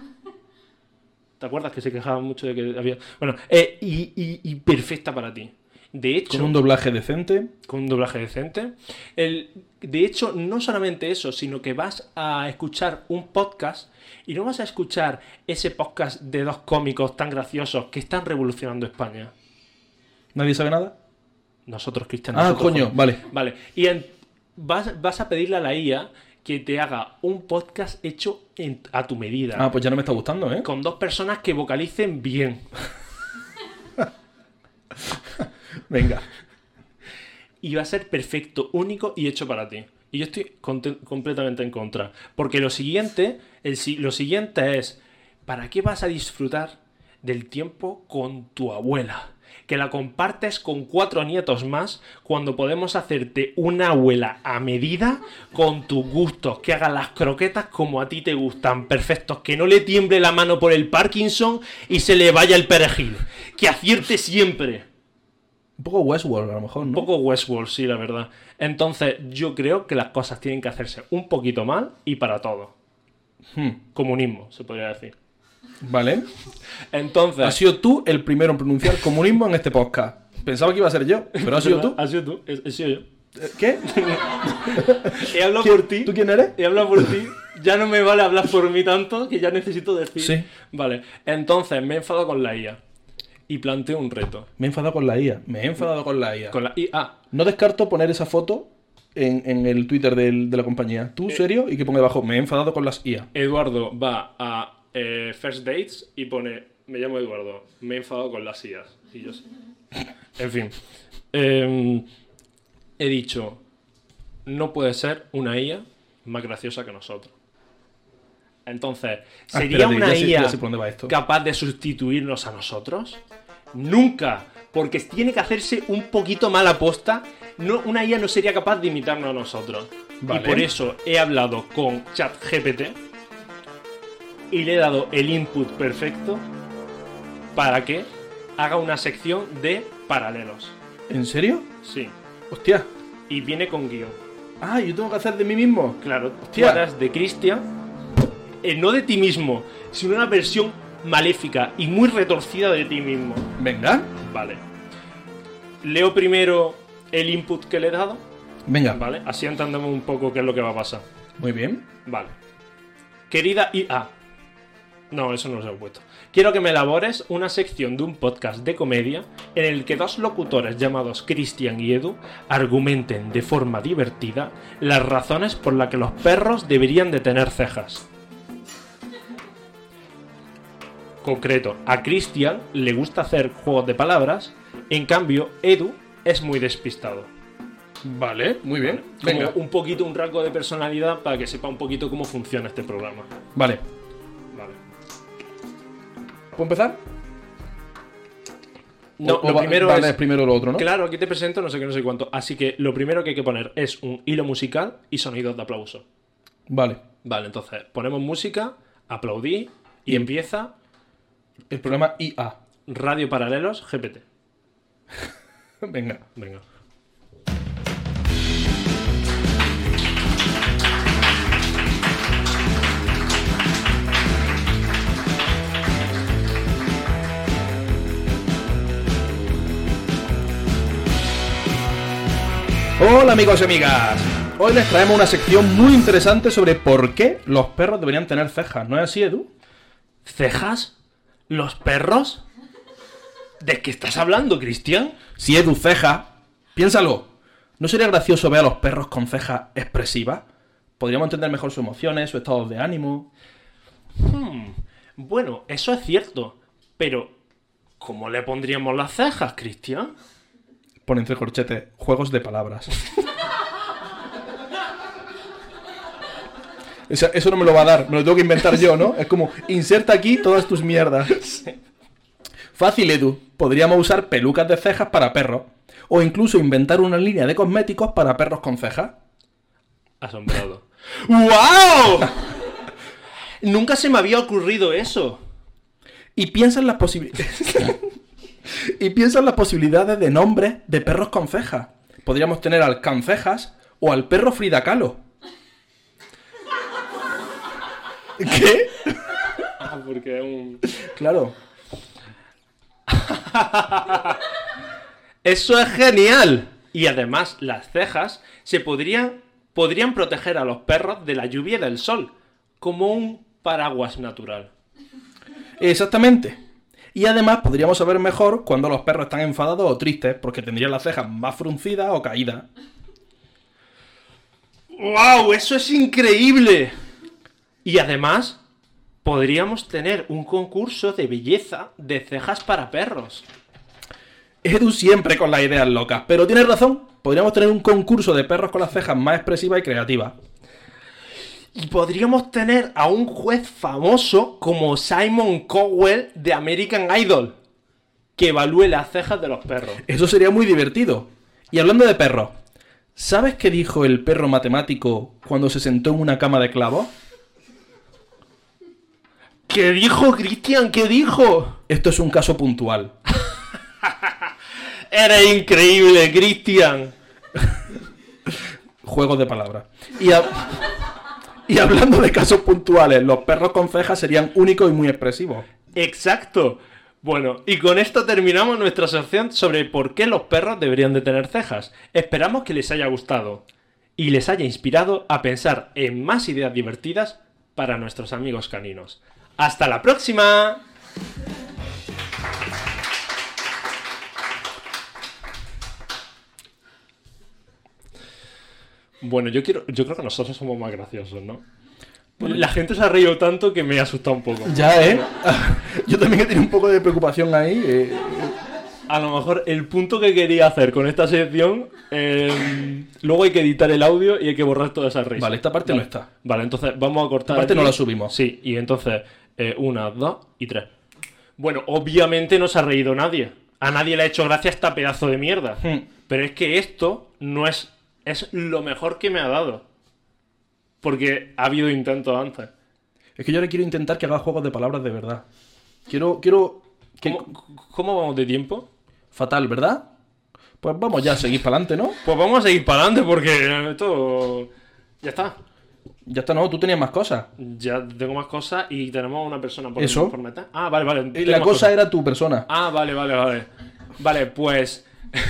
S2: ¿Te acuerdas que se quejaban mucho de que había... Bueno, eh, y, y- y perfecta para ti. De hecho
S1: Con un doblaje decente.
S2: con un doblaje decente. El, de hecho, no solamente eso, sino que vas a escuchar un podcast y no vas a escuchar ese podcast de dos cómicos tan graciosos que están revolucionando España.
S1: Nadie sabe nada.
S2: Nosotros, Cristian.
S1: Ah,
S2: nosotros,
S1: coño,
S2: Juan.
S1: vale.
S2: Vale. Y en- vas, vas a pedirle a la IA que te haga un podcast hecho en- a tu medida.
S1: Ah, pues ya no me está gustando, ¿eh?
S2: Con dos personas que vocalicen bien.
S1: Venga.
S2: y va a ser perfecto, único y hecho para ti. Y yo estoy conte- completamente en contra. Porque lo siguiente, el, si- lo siguiente es, ¿para qué vas a disfrutar del tiempo con tu abuela? Que la compartes con cuatro nietos más cuando podemos hacerte una abuela a medida con tus gustos, que haga las croquetas como a ti te gustan, perfectos, que no le tiemble la mano por el Parkinson y se le vaya el perejil, que acierte siempre.
S1: Un poco Westworld, a lo mejor,
S2: Un
S1: ¿no?
S2: poco Westworld, sí, la verdad. Entonces, yo creo que las cosas tienen que hacerse un poquito mal y para todo.
S1: Hmm,
S2: Comunismo, se podría decir.
S1: Vale.
S2: Entonces,
S1: Has sido tú el primero en pronunciar comunismo en este podcast. Pensaba que iba a ser yo, pero has sido tú.
S2: Has sido tú, he, he sido yo.
S1: Eh, ¿Qué?
S2: He hablado
S1: ¿Quién-
S2: por ti.
S1: ¿Tú quién eres?
S2: He hablado por ti. Ya no me vale hablar por mí tanto que ya necesito decir.
S1: Sí.
S2: Vale, entonces me he enfadado con la IA y planteo un reto.
S1: Me he enfadado con la IA. Me he enfadado con la IA.
S2: Con la IA.
S1: No descarto poner esa foto en, en el Twitter del- de la compañía. ¿Tú, serio? Y que ponga debajo, me he enfadado con las Ah, IA.
S2: Eduardo va a eh, First Dates y pone, me llamo Eduardo, me he enfadado con las sillas. Y yo sí. En fin, em, he dicho, no puede ser una IA más graciosa que nosotros. Entonces,
S1: Ah,
S2: ¿sería
S1: espérate,
S2: una
S1: ya sé-
S2: IA
S1: ya sé por dónde va esto.
S2: capaz de sustituirnos a nosotros? Nunca, porque tiene que hacerse un poquito mala posta. No, una IA no sería capaz de imitarnos a nosotros.
S1: Vale.
S2: Y por eso he hablado con ChatGPT y le he dado el input perfecto para que haga una sección de paralelos.
S1: ¿En serio?
S2: Sí.
S1: Hostia.
S2: Y viene con guión.
S1: Ah, yo tengo que hacer de mí mismo.
S2: Claro, tú
S1: Hostia.
S2: harás de Cristian, eh, no de ti mismo, sino una versión maléfica y muy retorcida de ti mismo.
S1: Venga.
S2: Vale. Leo primero el input que le he dado,
S1: Venga.
S2: ¿vale? Así entendemos un poco qué es lo que va a pasar.
S1: Muy bien.
S2: Vale. Querida IA. No, eso no lo he puesto. Quiero que me elabores una sección de un podcast de comedia en el que dos locutores llamados Cristian y Edu argumenten de forma divertida las razones por las que los perros deberían de tener cejas. Concreto, a Cristian le gusta hacer juegos de palabras, en cambio Edu es muy despistado.
S1: Vale, muy bien.
S2: Como
S1: Venga.
S2: un poquito un rasgo de personalidad para que sepa un poquito cómo funciona este programa.
S1: Vale.
S2: Vale.
S1: ¿Puedo empezar?
S2: No,
S1: O- o
S2: lo
S1: va-
S2: primero
S1: vale,
S2: es.
S1: primero lo otro, ¿no?
S2: Claro, aquí te presento no sé qué, no sé cuánto. Así que lo primero que hay que poner es un hilo musical y sonidos de aplauso.
S1: Vale.
S2: Vale, entonces ponemos música, aplaudí y empieza
S1: El programa IA.
S2: Radio Paralelos GPT.
S1: Venga.
S2: Venga.
S1: Hola amigos y amigas. Hoy les traemos una sección muy interesante sobre por qué los perros deberían tener cejas. ¿No es así, Edu?
S2: ¿Cejas? ¿Los perros? ¿De qué estás hablando, Cristian?
S1: Si Edu ceja, piénsalo. ¿No sería gracioso ver a los perros con cejas expresivas? Podríamos entender mejor sus emociones, sus estados de ánimo.
S2: Hmm, Bueno, eso es cierto. Pero, ¿cómo le pondríamos las cejas, Cristian?
S1: Pone entre corchetes juegos de palabras. O sea, eso no me lo va a dar, me lo tengo que inventar yo, ¿no? Es como, inserta aquí todas tus mierdas. Fácil, Edu. Podríamos usar pelucas de cejas para perros. O incluso inventar una línea de cosméticos para perros con cejas.
S2: Asombrado. ¡Wow! Nunca se me había ocurrido eso.
S1: y piensa en las posibilidades. y piensa en las posibilidades de nombres de perros con cejas. Podríamos tener al cancejas o al perro Frida Kahlo. ¿Qué?
S2: Ah, porque es un.
S1: Claro.
S2: ¡Eso es genial! Y además, las cejas se podrían, podrían proteger a los perros de la lluvia y del sol, como un paraguas natural.
S1: Exactamente. Y además podríamos saber mejor cuando los perros están enfadados o tristes, porque tendrían las cejas más fruncidas o caídas.
S2: ¡Wow! ¡Eso es increíble! Y además, podríamos tener un concurso de belleza de cejas para perros.
S1: Edu siempre con las ideas locas, pero tienes razón. Podríamos tener un concurso de perros con las cejas más expresivas y creativas.
S2: Y podríamos tener a un juez famoso como Simon Cowell de American Idol, que evalúe las cejas de los perros.
S1: Eso sería muy divertido. Y hablando de perros, ¿sabes qué dijo el perro matemático cuando se sentó en una cama de clavos?
S2: ¿Qué dijo, Cristian? ¿Qué dijo?
S1: Esto es un caso puntual.
S2: Eres increíble, Cristian.
S1: Juegos de palabras. Y, hab- y hablando de casos puntuales, los perros con cejas serían únicos y muy expresivos.
S2: Exacto. Bueno, y con esto terminamos nuestra sección sobre por qué los perros deberían de tener cejas. Esperamos que les haya gustado y les haya inspirado a pensar en más ideas divertidas para nuestros amigos caninos. ¡Hasta la próxima! Bueno, yo quiero, yo creo que nosotros somos más graciosos, ¿no? la gente se ha reído tanto que me he asustado un poco.
S1: Ya, ¿eh? Yo también he tenido un poco de preocupación ahí. eh.
S2: A lo mejor el punto que quería hacer con esta sección, eh, luego hay que editar el audio y hay que borrar todas esas risas.
S1: Vale, esta parte no está.
S2: Vale, entonces vamos a cortar.
S1: Esta parte
S2: aquí.
S1: no la subimos.
S2: Sí, y entonces eh, una, dos y tres. Bueno, obviamente no se ha reído nadie. A nadie le ha hecho gracia esta pedazo de mierda.
S1: Hmm.
S2: Pero es que esto no es. Es lo mejor que me ha dado. Porque ha habido intentos antes.
S1: Es que yo ahora quiero intentar que haga juegos de palabras de verdad. Quiero, quiero. que-
S2: ¿Cómo, cómo vamos de tiempo?
S1: Fatal, ¿verdad? Pues vamos ya, seguís para adelante, ¿no?
S2: Pues vamos a seguir para adelante porque esto. Ya está.
S1: Ya está, no, tú tenías más cosas.
S2: Ya tengo más cosas y tenemos una persona por,
S1: Eso.
S2: por meter. Ah, vale, vale.
S1: Eh,
S2: tengo
S1: La
S2: más
S1: cosa
S2: cosas.
S1: era tu persona.
S2: Ah, vale, vale, vale. Vale, pues.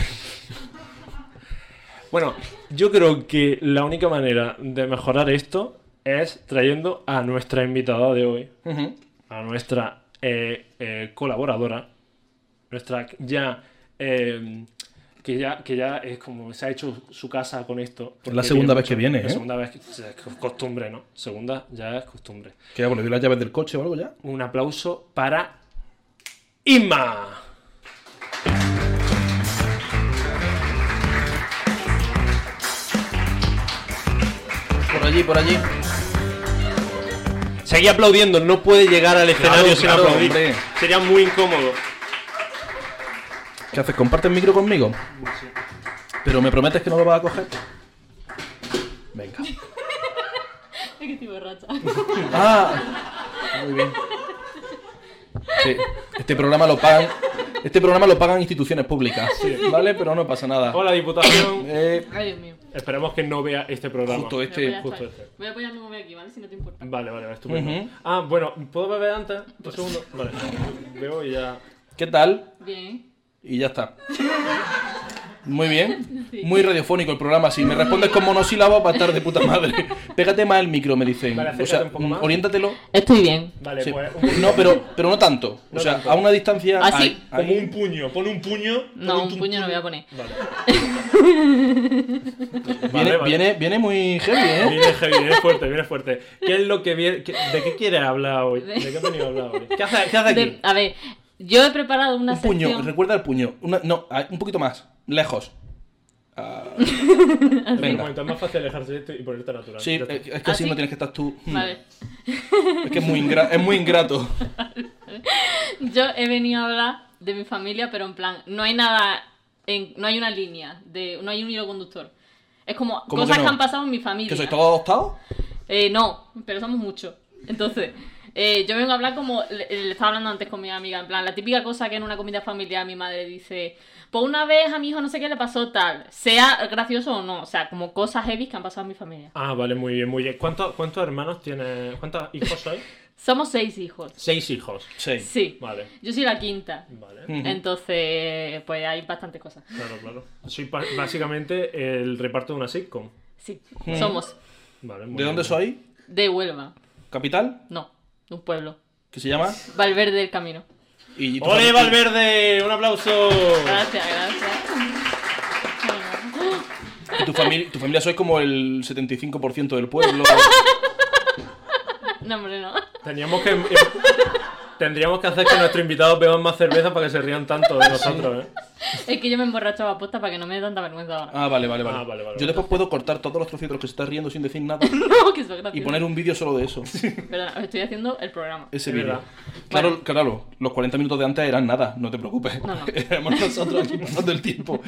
S2: bueno, yo creo que la única manera de mejorar esto es trayendo a nuestra invitada de hoy,
S1: Ujú.
S2: a nuestra eh, eh, colaboradora, nuestra ya. eh, que ya, que ya es como se ha hecho su casa con esto.
S1: la
S2: porque
S1: segunda
S2: viene
S1: vez que
S2: mucho.
S1: viene,
S2: La
S1: ¿eh?
S2: segunda vez que es costumbre, ¿no? Segunda ya es costumbre.
S1: Que ya, bueno, dio las llaves del coche o algo ya.
S2: Un aplauso para Inma.
S1: Por allí, por allí.
S2: Seguí aplaudiendo, no puede llegar al escenario
S1: Claro,
S2: sin
S1: claro,
S2: aplaudir.
S1: hombre.
S2: Sería muy incómodo.
S1: ¿Qué haces? ¿Compartes micro conmigo? Pero me prometes que no lo vas a coger. Venga.
S5: Es que estoy borracha.
S1: Ah, muy bien. Sí, este programa lo pagan. Este programa lo pagan instituciones públicas, ¿vale? Pero no pasa nada.
S2: Hola, Diputación.
S1: Eh,
S5: Ay, Dios mío.
S2: Esperemos que no vea este programa.
S1: justo
S5: Mira, voy, a
S1: este.
S2: justo Mm.
S5: estar-
S2: este.
S5: voy a apoyar mi móvil aquí, ¿vale? Si no te importa.
S2: Vale, vale, vale, estupendo.
S1: Ujú. Pues
S2: Ah, bueno, ¿puedo beber antes? Un segundo. Vale. Veo y ya.
S1: ¿Qué tal?
S5: Bien.
S1: Y ya está. Muy bien.
S5: Sí.
S1: Muy radiofónico el programa. Si me respondes con monosílabos va a estar de puta madre. Pégate más el micro, me dicen.
S2: Vale,
S1: o
S2: acércate
S1: sea,
S2: un poco más.
S1: oriéntatelo.
S5: Estoy bien.
S2: Vale,
S1: Sí.
S2: pues. un poquito.
S1: No, pero, pero no tanto. O sea, a una distancia.
S5: Así.
S1: Ahí, ahí.
S2: Como un puño. Pon un puño. pon
S5: No, un
S2: tum-
S5: puño no voy a poner.
S2: Vale.
S1: Viene,
S2: Vale, vale.
S1: viene, viene muy heavy, ¿eh?
S2: Viene heavy, viene fuerte, viene fuerte. ¿Qué es lo que viene? qué- ¿De qué quieres hablar hoy? ¿De qué has venido a hablar hoy? ¿Qué haces qué hace aquí?
S5: De- a ver, yo he preparado una
S1: Un puño,
S5: sección.
S1: recuerda el puño. Una- no, a- un poquito más, lejos. Ah,
S2: Espera un
S1: venga.
S2: momento, es más fácil alejarse de esto y ponerte natural.
S1: Sí,
S2: Ya está.
S1: eh, es que así
S5: ¿Ah, sí?
S1: no tienes que estar tú. Hmm.
S5: Vale.
S1: Es que es muy, ingra- es muy ingrato.
S5: Yo he venido a hablar de mi familia, pero en plan, no hay nada, en- no hay una línea, de, no hay un hilo conductor. Es como
S1: ¿Cómo
S5: cosas
S1: que
S5: que,
S1: no?
S5: han pasado en mi familia.
S1: ¿Que sois todos adoptados?
S5: Eh, no, pero somos muchos. Entonces, Eh, yo vengo a hablar como le, eh, le estaba hablando antes con mi amiga, en plan, la típica cosa que en una comida familiar mi madre dice, por una vez a mi hijo no sé qué le pasó tal, sea gracioso o no, o sea, como cosas heavy que han pasado en mi familia.
S2: Ah, vale, muy bien, muy bien. ¿Cuántos, cuántos hermanos tienes? ¿Cuántos hijos sois?
S5: Somos seis hijos.
S2: Seis hijos.
S1: Sí.
S5: Sí.
S2: Vale,
S5: Yo soy la quinta.
S2: vale.
S1: Ujú.
S5: Entonces, pues hay bastantes cosas.
S2: Claro, claro. Soy pa- básicamente el reparto de una sitcom.
S5: Sí,
S1: Mm.
S5: somos
S2: Vale, muy
S1: ¿De dónde
S2: bien.
S1: sois?
S5: de Huelva,
S1: ¿Capital?
S5: no, de un pueblo.
S1: ¿Qué se llama?
S5: Valverde del Camino.
S1: Y tu
S2: ¡Ole,
S1: fami-
S2: Valverde! ¡Un aplauso!
S5: Gracias, gracias.
S1: y tu, fami- tu familia sois como el 75% del pueblo.
S5: No, hombre, no.
S2: Teníamos que. Tendríamos que hacer que nuestros invitados beban más cerveza para que se rían tanto de nosotros, ¿eh?
S5: Es que yo me emborrachaba aposta para que no me dé tanta vergüenza ahora.
S1: Ah, vale, vale, vale.
S2: Ah, vale, vale,
S1: Yo
S2: vale.
S1: después puedo cortar todos los trocitos de los que se está riendo sin decir nada
S5: No, que eso es
S1: y
S5: gracioso.
S1: poner un vídeo solo de eso.
S5: Perdona, os estoy haciendo el programa.
S1: Ese
S2: Es
S1: vídeo.
S2: verdad.
S1: Claro, claro, los 40 minutos de antes eran nada, no te preocupes.
S5: No, no.
S1: Éramos nosotros aquí pasando el tiempo.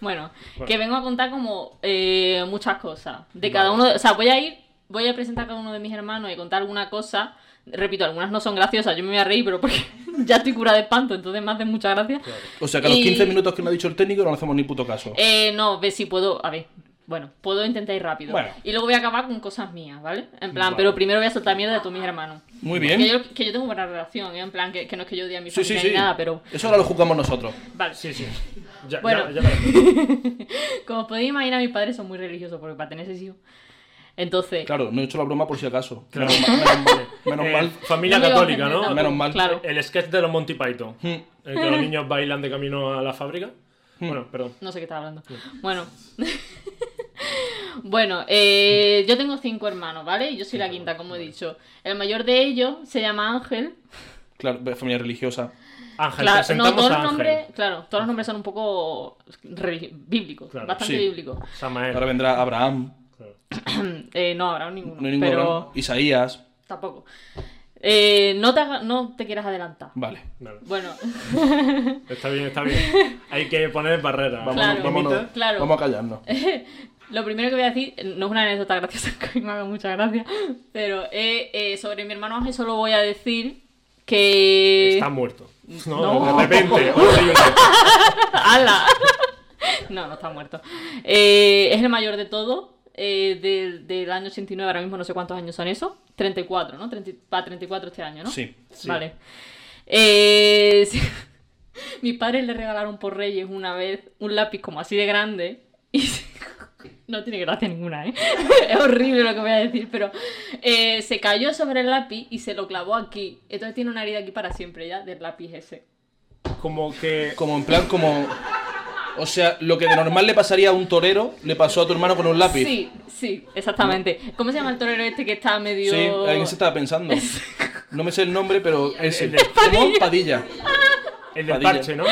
S5: Bueno,
S2: Bueno.
S5: que vengo a contar como eh, muchas cosas. De cada uno, de- o sea, voy a ir, voy a presentar a cada uno de mis hermanos y contar alguna cosa. Repito, algunas no son graciosas, yo me voy a reír, pero porque ya estoy cura de espanto, entonces me hacen muchas gracias.
S1: O sea que a los
S5: Y-
S1: 15 minutos que me ha dicho el técnico no le hacemos ni puto caso.
S5: Eh, no, ve si puedo. A ver, bueno, puedo intentar ir rápido.
S1: Bueno.
S5: Y luego voy a acabar con cosas mías, ¿vale? En plan,
S2: Vale.
S5: pero primero voy a soltar mierda de todos mis hermanos.
S1: Muy
S5: Que
S1: bien.
S5: yo, que yo tengo buena relación, ¿eh? en plan, que, que no es que yo odie a mi
S1: Sí, sí,
S5: familia
S1: sí.
S5: ni nada, pero.
S1: Eso ahora lo juzgamos nosotros.
S5: Vale.
S2: Sí, sí. Ya,
S5: Bueno.
S2: ya, ya me-
S5: Como podéis imaginar, mis padres son muy religiosos porque para tener seis hijos. Entonces.
S1: Claro, no he hecho la broma por si acaso.
S2: Claro.
S1: Menos mal. menos mal- Menos
S2: Eh,
S1: mal.
S2: Familia
S5: No me iba a
S2: católica,
S5: ofender
S2: ¿no?
S5: tampoco,
S1: Menos mal.
S5: Claro.
S2: El sketch de los Monty Python.
S1: Hmm.
S2: El que los niños bailan de camino a la fábrica. Bueno, perdón.
S5: No sé qué estaba hablando. Bueno. bueno, eh, yo tengo cinco hermanos, ¿vale? Y yo soy la quinta, como he dicho. El mayor de ellos se llama Ángel.
S1: Claro, familia religiosa.
S2: Ángel,
S5: Claro,
S2: presentamos
S5: no, todos
S2: a
S5: los
S2: Ángel.
S5: nombres, claro, todos los nombres son un poco religi- bíblicos,
S2: Claro,
S5: bastante
S1: sí.
S5: bíblicos.
S2: Samael.
S1: Ahora vendrá Abraham,
S2: Claro.
S5: Eh, no habrá ninguno,
S1: no hay ningún
S5: pero
S1: Abraham, Isaías.
S5: tampoco. Eh, no, te haga- no te quieras adelantar.
S1: Vale.
S2: Vale.
S5: Bueno,
S2: Está bien, está bien. Hay que poner barreras.
S1: Vámonos,
S5: Claro.
S1: vámonos.
S5: Claro.
S1: Vamos a callarnos.
S5: lo primero que voy a decir, no es una anécdota graciosa, que me haga mucha gracia, pero eh, eh, sobre mi hermano Ángel solo voy a decir que...
S2: Está muerto.
S5: No.
S2: De repente. horrible.
S5: ¡Hala! No, no está muerto. Eh, es el mayor de todo. eh, del, del año 89, ahora mismo no sé cuántos años son eso. 34, ¿no? 30 Para 34 este año, ¿no?
S1: Sí.
S2: sí.
S5: Vale. Eh, sí. Mis padres le regalaron por Reyes una vez un lápiz como así de grande. Y se- no tiene gracia ninguna, ¿eh? Es horrible lo que voy a decir, pero eh, se cayó sobre el lápiz y se lo clavó aquí. Entonces tiene una herida aquí para siempre ya del lápiz ese.
S2: Como que.
S1: Como en plan, como. O sea, lo que de normal le pasaría a un torero, le pasó a tu hermano con un lápiz.
S5: Sí, sí, exactamente. ¿Cómo se llama el torero este que está medio.?
S1: Sí, en ese estaba pensando. No me sé el nombre, pero ese.
S2: el de-
S1: Simón Padilla.
S2: El del
S1: Padilla.
S2: parche, ¿no?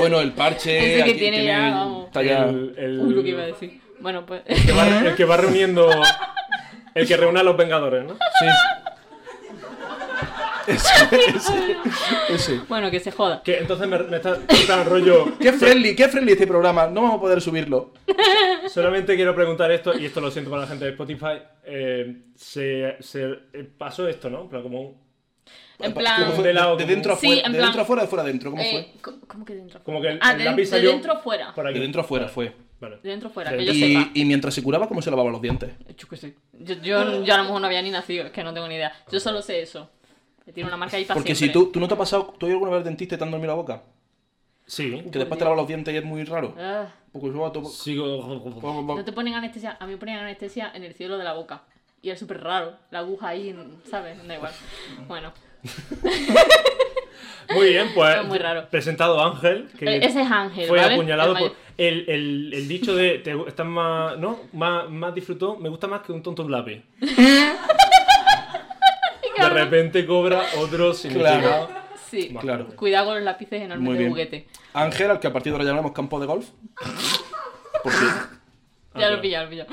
S1: Bueno, el parche.
S5: Ese que
S1: aquí
S5: tiene ya, vamos.
S1: está ya-
S2: El, el-
S5: Uy, lo que iba a decir. Bueno, pues.
S2: el que va, el que va reuniendo. El que reúne a los Vengadores, ¿no?
S1: Sí. Ese, ese, ese.
S5: Bueno, que se joda.
S2: Que entonces me, me está. en plan, rollo.
S1: Qué friendly, qué friendly este programa. No vamos a poder subirlo.
S2: Solamente quiero preguntar esto, y esto lo siento para la gente de Spotify. eh, se, se- eh, pasó esto, ¿no? En plan, como un-
S5: En
S1: ¿Cómo
S5: plan.
S1: fue?
S2: De lado,
S1: de
S2: como-
S1: dentro
S5: Sí,
S1: afuera,
S5: en
S1: de
S5: plan-
S1: dentro afuera, de fuera adentro, ¿cómo
S5: eh,
S1: fue?
S5: co- ¿Cómo que dentro?
S2: como que el,
S5: Ah,
S2: el
S5: de,
S2: lápiz
S5: de
S2: salió
S5: dentro fuera.
S2: por aquí.
S1: De dentro afuera fue.
S2: Vale.
S5: De dentro fuera,
S2: De-
S5: que yo
S1: Y,
S5: sepa.
S1: y mientras se curaba, ¿cómo se lavaba los dientes?
S5: Yo qué sé. Yo, yo, yo a lo mejor no había ni nacido, es que no tengo ni idea. Yo solo sé eso. Que tiene una marca ahí para
S1: Porque si
S5: siempre.
S1: tú, tú no te has pasado, ¿tú has ido alguna vez al dentista y te han dormido la boca?
S2: Sí.
S1: Que después te lavas los dientes y es muy raro.
S5: Ah,
S1: Porque yo to-
S2: Sigo.
S1: Oh.
S5: no te ponen anestesia. A mí me ponen anestesia en el cielo de la boca. Y es súper raro. La aguja ahí, en- ¿sabes? Da igual. Bueno.
S2: Muy bien, pues.
S5: Es muy raro.
S2: Presentado Ángel. Que
S5: Eh, ese es Ángel,
S2: Fue
S5: ¿vale?
S2: apuñalado
S5: El
S2: por.
S5: mayor.
S2: El, el- el dicho de. Te, gu- estás más. ¿No? Más, más disfrutó. Me gusta más que un tonto un lápiz. De repente cobra otro significado.
S1: Claro.
S5: Sí.
S1: Claro.
S5: Cuidado con los lápices enormes
S1: Muy
S5: de
S1: bien.
S5: juguete.
S1: Ángel, al que a partir de ahora llamaremos campo de golf. Porque
S5: Ya
S2: claro.
S5: lo pilló, lo pilló.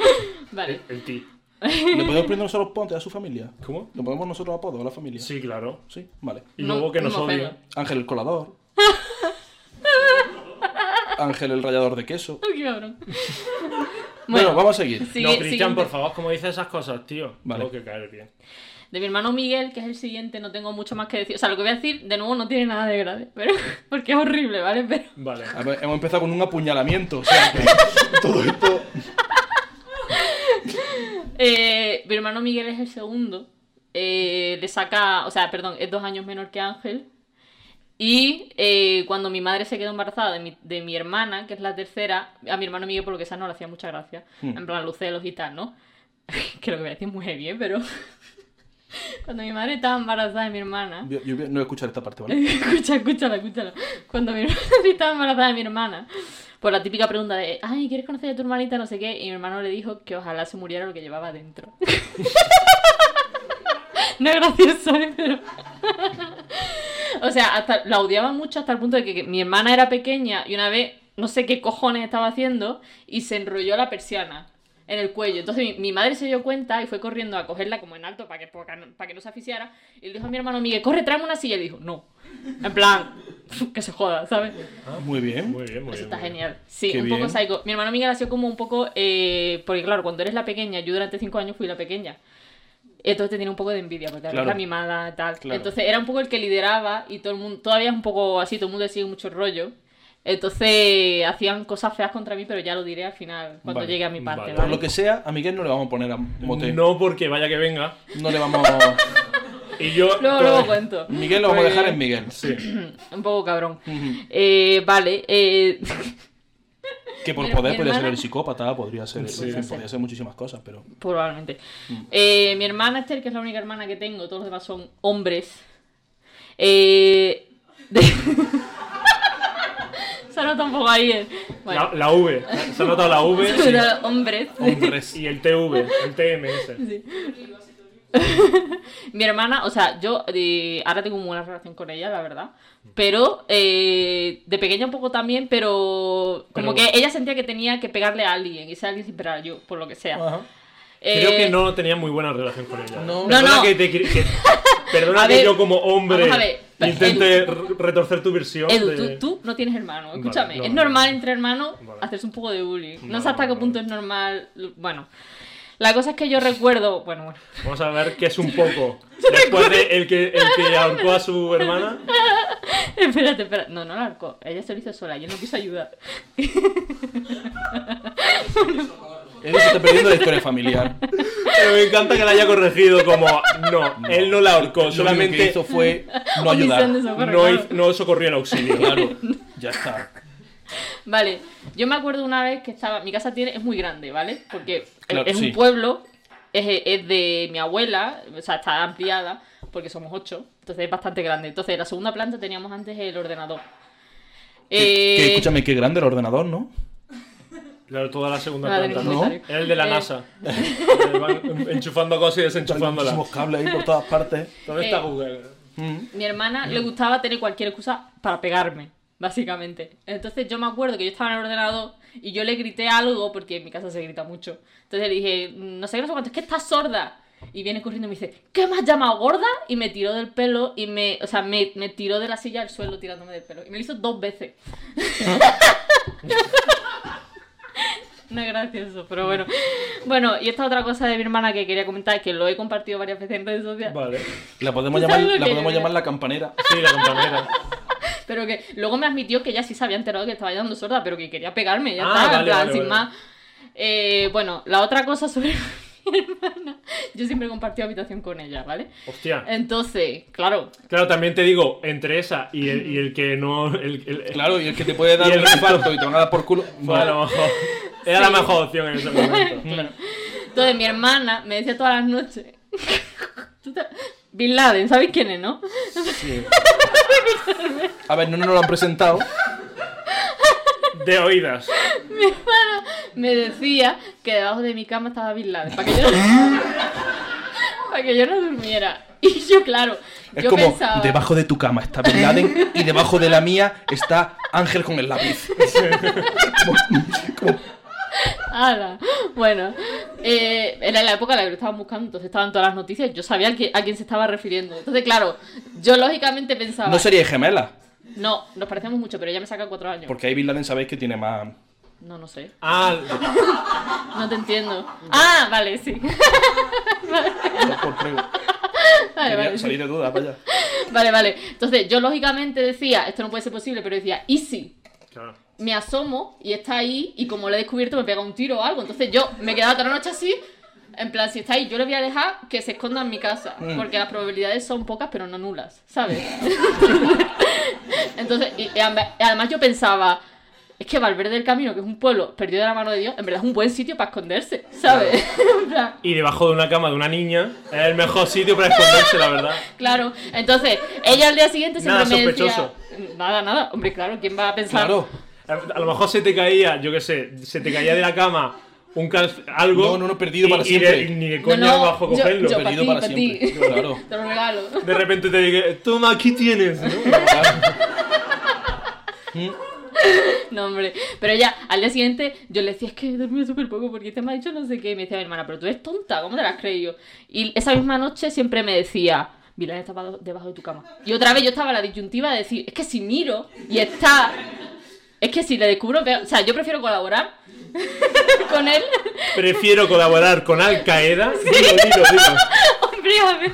S5: Vale.
S2: El ti.
S1: le podemos poner nosotros ponte a su familia.
S2: ¿Cómo?
S1: ¿Le ponemos nosotros apodo a la familia?
S2: Sí, claro.
S1: Sí, vale.
S2: Y
S5: No,
S2: luego que nos
S5: no me
S2: odie.
S5: ofendo.
S1: Ángel el colador. Ángel el rallador de queso.
S5: Ay, qué cabrón.
S1: Bueno,
S5: Bueno,
S1: vamos a seguir.
S5: sí.
S2: no,
S5: Sigue-
S2: Cristian,
S5: siguiente.
S2: por favor, como dices esas cosas, tío.
S1: Vale.
S2: Tengo que caer bien.
S5: De mi hermano Miguel, que es el siguiente, no tengo mucho más que decir. O sea, lo que voy a decir, de nuevo, no tiene nada de grave, pero porque es horrible, ¿vale? Pero
S2: Vale.
S5: Ah,
S1: A ver, hemos empezado con un apuñalamiento. O sea, que todo esto.
S5: eh, mi hermano Miguel es el segundo. Eh, le saca, o sea, perdón, es dos años menor que Ángel. Y eh, cuando mi madre se quedó embarazada de mi, de mi hermana, que es la tercera, a mi hermano Miguel, por lo que sea, no le hacía mucha gracia.
S1: Hmm.
S5: En plan, lucelos y tal, ¿no? que lo que voy a decir es muy heavy, ¿eh? pero. cuando mi madre estaba embarazada de mi hermana.
S1: Yo, yo no voy a escuchar esta parte, ¿vale?
S5: Escucha, escúchala, escúchala. Cuando mi hermana estaba embarazada de mi hermana, pues la típica pregunta de, ay, ¿quieres conocer a tu hermanita? No sé qué. Y mi hermano le dijo que ojalá se muriera lo que llevaba dentro. no es gracioso, ¿eh? pero... o sea, hasta, la odiaba mucho hasta el punto de que, que mi hermana era pequeña y una vez, no sé qué cojones estaba haciendo, y se enrolló la persiana. En el cuello. Entonces mi, mi madre se dio cuenta y fue corriendo a cogerla como en alto para que, para que no- para que no se asfixiara. Y le dijo a mi hermano Miguel, corre, tráeme una silla. Y le dijo, no. En plan, que se joda, ¿sabes?
S1: Muy bien.
S2: Ah, Muy bien, muy bien.
S5: Eso está
S2: muy bien.
S5: genial. Sí,
S1: Pues Qué
S5: un
S1: bien.
S5: poco psycho. Mi hermano Miguel ha sido como un poco. eh, porque claro, cuando eres la pequeña, yo durante cinco años fui la pequeña. Entonces te tiene un poco de envidia, porque
S1: Claro.
S5: era mimada, tal.
S1: Claro.
S5: Entonces era un poco el que lideraba y todo el mundo. Todavía es un poco así, todo el mundo le sigue mucho rollo. Entonces hacían cosas feas contra mí, pero ya lo diré al final, cuando
S1: Vale,
S5: llegue a mi parte.
S2: vale.
S1: Por
S5: ¿vale?
S1: lo que sea, a Miguel no le vamos a poner a mote.
S2: No porque vaya que venga.
S1: No le vamos.
S2: Y yo.
S5: Luego,
S2: todo-
S5: luego cuento.
S1: Pues, Miguel lo vamos a
S2: Pues,
S5: Porque-
S1: dejar en Miguel.
S2: Sí.
S5: Un poco cabrón.
S1: Ujú.
S5: Eh, vale, eh,
S1: Que por
S5: Pero
S1: poder
S5: mi
S1: podría ser
S5: hermana-
S1: el psicópata, podría ser.
S2: Sí.
S1: en fin, podría ser muchísimas cosas, pero.
S5: probablemente.
S2: Mm.
S5: Eh, mi hermana Esther, que es la única hermana que tengo, todos los demás son hombres. Eh, de... Se nota un poco ahí. eh. Bueno,
S2: La, la V. Se ha notado la V
S5: Pero hombres.
S1: Hombres.
S2: y el TV, el
S5: Eh,
S2: TMS.
S5: Mi hermana, o sea, yo eh, ahora tengo muy buena relación con ella, la verdad.
S2: Mm.
S5: Pero eh, de pequeña un poco también, pero como
S2: Pero-
S5: que ella sentía que tenía que pegarle a alguien y ese alguien siempre era yo, por lo que sea.
S1: Ajá.
S5: Eh,
S2: Creo que no tenía muy buena relación con ella.
S1: No.
S2: Perdona
S5: No, no.
S2: que, te cri- que- perdona
S5: A
S2: que
S5: ver,
S2: yo como hombre
S5: vamos a ver, pero
S2: intente re- retorcer tu versión.
S5: Edu,
S2: de-
S5: tú, tú no tienes hermano, escúchame.
S2: no,
S5: es
S2: no.
S5: normal entre hermanos
S2: Vale.
S5: hacerse un poco de bullying. No
S2: Vale,
S5: sé hasta qué
S2: vale,
S5: punto es normal. Bueno, la cosa es que yo recuerdo. Bueno, bueno.
S2: Vamos a ver qué es un poco. Después de el que, el que ahorcó a su hermana.
S5: Espérate, espérate. No, no la arcó. Ella se lo hizo sola. Yo no quiso ayudar.
S1: Él se está perdiendo la historia familiar.
S2: Pero me encanta que la haya corregido como no, él no la ahorcó,
S1: Lo único que
S2: solamente
S1: hizo fue no
S5: Omisión
S1: ayudar.
S5: de socorro,
S2: no,
S5: claro.
S2: hizo- no socorrió el auxilio.
S1: Claro, ya está.
S5: Vale, yo me acuerdo una vez que estaba. Mi casa tiene, es muy grande, ¿vale? Porque
S1: Claro,
S5: es, es
S1: sí.
S5: un pueblo, es, es de mi abuela, o sea, está ampliada, porque somos ocho, entonces es bastante grande. Entonces, en la segunda planta teníamos antes el ordenador.
S1: Que- que,
S5: Eh,
S1: escúchame, qué grande el ordenador, ¿no?
S2: Claro, toda la segunda
S5: Madre
S2: planta.
S1: mía,
S2: ¿no?
S5: Rosario.
S2: Era el de la
S5: Eh.
S2: NASA. Que van enchufando cosas y desenchufándolas.
S1: Muchísimos cables ahí por todas partes.
S2: ¿Dónde está
S5: Eh.
S2: Google?
S1: Mm.
S5: mi hermana le gustaba tener cualquier excusa para pegarme, básicamente. Entonces yo me acuerdo que yo estaba en el ordenador y yo le grité algo, porque en mi casa se grita mucho. Entonces le dije, "Mm, no sé qué, no sé cuánto, es que estás sorda. Y viene corriendo y me dice, ¿qué me has llamado gorda? Y me tiró del pelo y me, o sea, me, me tiró de la silla al suelo tirándome del pelo. Y me lo hizo dos veces. No es gracioso, pero bueno. Bueno, y esta otra cosa de mi hermana que quería comentar, que lo he compartido varias veces en redes sociales.
S2: Vale.
S1: La podemos
S5: ¿Tú
S1: llamar,
S5: sabes lo
S1: la,
S5: que
S1: podemos
S5: yo
S1: llamar la campanera.
S2: Sí, la compañera.
S5: Pero que luego me admitió que ella sí se había enterado que estaba dando sorda, pero que quería pegarme, ya
S2: Ah,
S5: está, en
S2: vale,
S5: plan,
S2: vale,
S5: sin
S2: vale.
S5: más. Eh, bueno, la otra cosa sobre mi hermana, yo siempre he compartido habitación con ella, ¿vale?
S2: Hostia.
S5: Entonces, claro,
S2: Claro, también te digo, entre esa y el, y el que no. El, el-
S1: Claro, y el que te puede dar
S2: Y el
S1: un
S2: resto.
S1: infarto y te van a dar por culo.
S2: fue a lo
S1: no.
S2: mejor. Era la mejor opción en ese momento.
S5: claro. Entonces mi hermana me decía todas las noches, tú te- Bin Laden, ¿sabéis quién es, no?
S1: A ver, no nos lo han presentado.
S2: De oídas.
S5: Me decía que debajo de mi cama estaba Bin Laden, para que yo no, para que yo no durmiera. Y yo, claro,
S1: Es
S5: yo
S1: como,
S5: pensaba...
S1: debajo de tu cama está Bin Laden y debajo de la mía está Ángel con el lápiz.
S5: Ala. Bueno, eh, era la época en la que lo estaban buscando, entonces estaban todas las noticias. Yo sabía que- a quién se estaba refiriendo. Entonces, claro, yo lógicamente pensaba.
S1: No sería gemela,
S5: No, nos parecemos mucho, pero ella me saca cuatro años.
S1: porque ahí Bin Laden sabéis que tiene más...
S5: No, no sé.
S2: Ah,
S5: No te entiendo. Ah, vale, sí.
S1: por prego.
S5: Vale,
S1: Quería
S5: vale, Ah. sí.
S1: salir de duda, vaya.
S5: Vale, vale. Entonces, yo lógicamente decía, esto no puede ser posible, pero decía, ¿y si?
S2: claro.
S5: Me asomo y está ahí, y como lo he descubierto, me pega un tiro o algo. Entonces, yo me quedaba toda la noche así, en plan, si está ahí, yo le voy a dejar que se esconda en mi casa, porque las probabilidades son pocas, pero no nulas, ¿sabes? Entonces, y- y amb- y además yo pensaba. Es que Valverde del Camino, que es un pueblo perdido de la mano de Dios, en verdad es un buen sitio para esconderse, ¿sabes? En plan,
S2: Y debajo de una cama de una niña es el mejor sitio para esconderse, la verdad.
S5: Claro, entonces, ella al día siguiente siempre
S2: Nada
S5: me
S2: sospechoso.
S5: decía... Nada, nada, hombre, claro, ¿quién va a pensar?
S1: Claro.
S2: A a lo mejor se te caía, yo qué sé, se te caía de la cama un calz- algo.
S1: No, no, no, perdido
S2: y-
S1: para
S2: y
S1: siempre.
S2: de- y ni de
S5: No,
S2: coña
S5: no,
S2: abajo
S5: yo-
S2: cogerlo.
S5: yo,
S1: Perdido
S5: para
S1: para
S5: ti, para
S1: siempre,
S5: ti.
S1: claro.
S5: Te lo regalo.
S2: De repente te dije, toma, aquí tienes. ¿no?
S5: No, hombre. Pero ella, al día siguiente, yo le decía, es que he dormido súper poco porque este me ha dicho no sé qué. Y me decía mi hermana, pero tú eres tonta, ¿cómo te la has creído? Y esa misma noche siempre me decía, Vilán estaba debajo de tu cama. Y otra vez yo estaba en la disyuntiva de decir, es que si miro y está... Es que si le descubro, pero- o sea, yo prefiero colaborar con él
S2: Prefiero colaborar con Al Qaeda. Dilo, dilo, dilo.
S5: Hombre, a ver.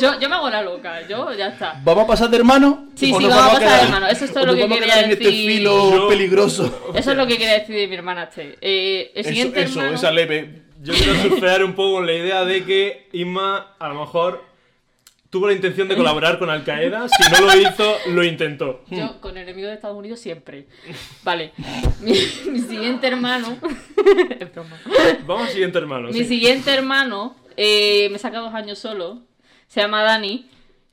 S5: Yo, yo me hago la loca, yo ya está.
S1: ¿Vamos a pasar de hermano?
S5: Sí,
S1: ¿O
S5: sí,
S1: nos
S5: vamos a pasar de
S1: quedar-
S5: hermano? Eso es todo
S1: o
S5: lo
S1: nos
S5: que
S1: vamos a
S5: quería
S1: quedar en este
S5: decir.
S1: filo
S2: Yo-
S1: peligroso.
S5: Eso es lo que quería decir de mi hermana Che. Eh, el
S1: Eso,
S5: siguiente
S1: eso,
S5: hermano-
S1: esa leve.
S2: Yo quiero surfear un poco en la idea de que Inma a lo mejor tuvo la intención de colaborar con Al Qaeda. Si no lo hizo, lo intentó.
S5: Yo con enemigos de Estados Unidos siempre. Vale. Mi, mi siguiente hermano. Es broma.
S2: Vamos al siguiente hermano.
S5: Mi
S2: sí.
S5: siguiente hermano eh, me saca dos años solo. Se llama Dani.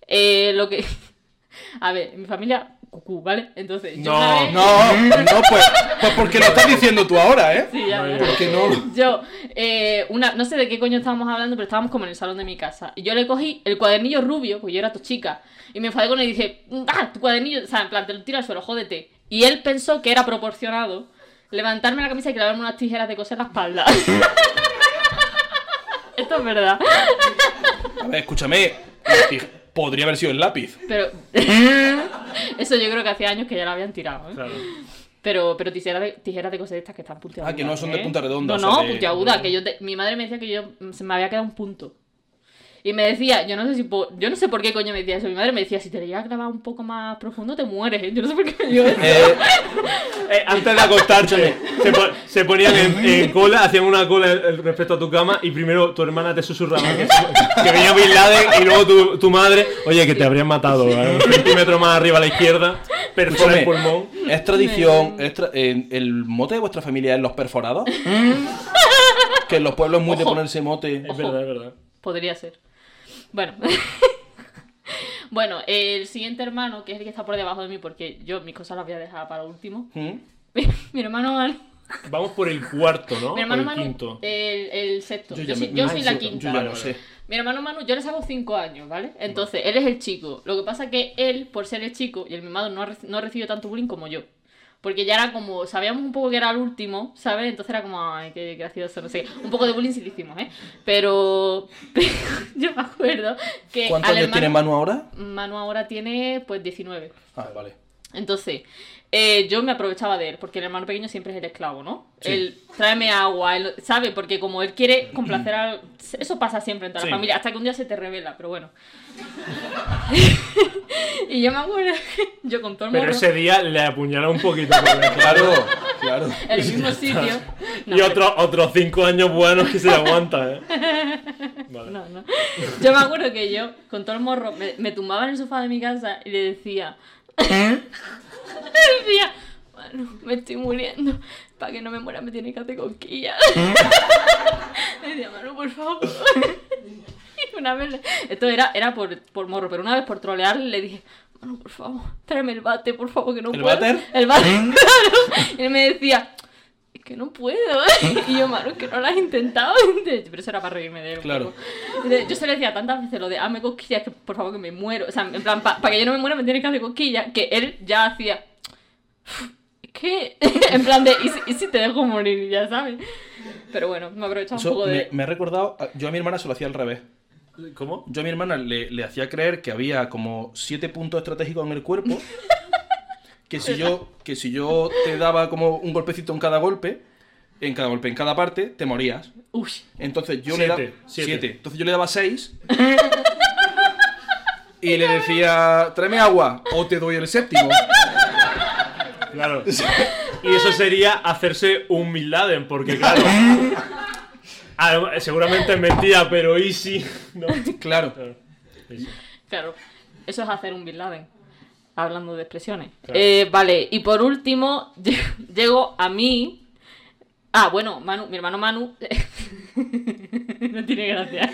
S5: Eh, lo que. A ver, mi familia. Cucú, ¿vale? Entonces. yo
S2: No,
S5: una vez-
S1: No, no, pues, pues porque lo estás diciendo tú ahora, ¿eh?
S5: Sí, ya,
S2: No,
S5: ya.
S2: yo-
S1: Porque no.
S5: Yo, eh, una, no sé de qué coño estábamos hablando, pero estábamos como en el salón de mi casa. Y yo le cogí el cuadernillo rubio, porque yo era tu chica. Y me enfadé con él y dije, ¡ah! Tu cuadernillo, o sea, en plan, te lo tiro al suelo, jódete. Y él pensó que era proporcionado levantarme la camisa y clavarme unas tijeras de coser en la espalda. Esto es verdad.
S1: A ver, escúchame. los tij- Podría haber sido el lápiz.
S5: Pero. Eso yo creo que hacía años que ya la habían tirado, ¿eh?
S2: Claro.
S5: Pero, pero tijeras de, tijeras de coser estas que están puntiagudas.
S1: Ah, que no son de
S5: ¿eh?
S1: punta redonda,
S5: No,
S1: o sea,
S5: no,
S1: de-
S5: puntiagudas. Que yo te- mi madre me decía que yo mm, se me había quedado un punto. Y me decía, yo no sé si po- yo no sé por qué coño me decía eso. Mi madre me decía, si te llega a clavar un poco más profundo, te mueres. ¿eh? Yo no sé por qué me dijo eso.
S1: Eh,
S2: Eh, antes de acostarte, se, po- se ponían en, en cola, hacían una cola eh, respecto a tu cama y primero tu hermana te susurraba que, que venía Bin Laden y luego tu, tu madre, oye, que te habrían matado ¿vale? un centímetro más arriba a la izquierda, perfora el
S1: escúchame.
S2: pulmón.
S1: Es tradición. es tra- en- el mote de vuestra familia es los perforados. que en los pueblos es muy de
S5: Mm. Ojo. Eh,
S1: ponerse mote.
S2: Es verdad, es verdad.
S5: Podría ser. Bueno. bueno, el siguiente hermano, que es el que está por debajo de mí, porque yo mis cosas las voy a dejar para último.
S1: ¿Mm?
S5: mi hermano Manu.
S2: Vamos por el cuarto, ¿no?
S5: Mi
S2: Por
S5: hermano
S2: el
S5: Manu.
S2: quinto.
S5: El, el sexto. Yo,
S1: ya
S5: soy,
S1: me-
S5: yo
S1: ah,
S5: soy la
S1: yo-
S5: quinta.
S1: Yo ya no sé.
S5: Mi hermano Manu, yo le saco 5 años, ¿vale? Entonces, él es el chico. Lo que pasa es que él, por ser el chico y el mimado, no, ha reci- no recibió tanto bullying como yo. Porque ya era como, sabíamos un poco que era el último, ¿sabes? Entonces era como, ay, qué gracioso, no sé. qué. Un poco de bullying sí lo hicimos, ¿eh? Pero, pero yo me acuerdo que
S1: ¿Cuántos
S5: al
S1: años
S5: hermano-
S1: tiene Manu ahora?
S5: Manu ahora tiene, pues, 19.
S1: Ah, vale.
S5: Entonces, eh, yo me aprovechaba de él, porque el hermano pequeño siempre es el esclavo, ¿no?
S1: Sí.
S5: Él tráeme agua, él, ¿sabe? Porque como él quiere complacer al... Eso pasa siempre en toda
S2: Sí.
S5: la familia, hasta que un día se te revela, pero bueno. y yo me acuerdo, que yo con todo el
S2: Pero
S5: morro,
S2: ese día le apuñaló un poquito. por la cara.
S1: Claro, claro.
S5: en el mismo sitio... No,
S2: y otros otros cinco años buenos que se aguanta, ¿eh? Vale.
S5: No, no. Yo me acuerdo que yo, con todo el morro, me, me tumbaba en el sofá de mi casa y le decía. le decía, Manu, me estoy muriendo. Para que no me muera, me tiene que hacer conquilla. le decía, Manu, por favor. y una vez. le- Esto era, era por, por morro, pero una vez por trolear le dije. Manu, por favor, tráeme el bate, por favor, que no
S1: ¿El
S5: puedo.
S1: váter?
S5: El bate, claro. Y él me decía, es que no puedo. Y yo, Manu, es que no lo has intentado. Pero eso era para reírme de él. un
S1: Claro.
S5: poco. Entonces, Yo se lo decía tantas veces lo de hazme cosquillas que por favor que me muero. O sea, en plan, para que yo no me muera me tienes que hacer cosquillas. Que él ya hacía. ¿Qué? en plan de, ¿y si, y si te dejo morir? Ya sabes. Pero bueno, me aprovechaba un
S1: Eso
S5: poco
S1: me,
S5: de.
S1: me ha recordado. a- Yo a mi hermana se lo hacía al revés.
S2: ¿Cómo?
S1: Yo a mi hermana le, le hacía creer que había como siete puntos estratégicos en el cuerpo que si yo, que si yo te daba como un golpecito en cada golpe, en cada golpe, en cada parte, te morías.
S5: Uy,
S1: Entonces yo le
S2: Siete,
S1: daba
S2: siete.
S1: Entonces yo le daba 6 y le decía, tráeme agua o te doy el séptimo.
S2: Claro. Y eso sería hacerse un Bin Laden, porque claro. ah, seguramente es mentira, pero ¿y si? No.
S1: Claro.
S2: Claro.
S5: claro. Eso es hacer un Bin Laden. Hablando de expresiones.
S2: Claro.
S5: Eh, vale, y por último, llego a mí. Ah, bueno, Manu, mi hermano Manu. no tiene gracia.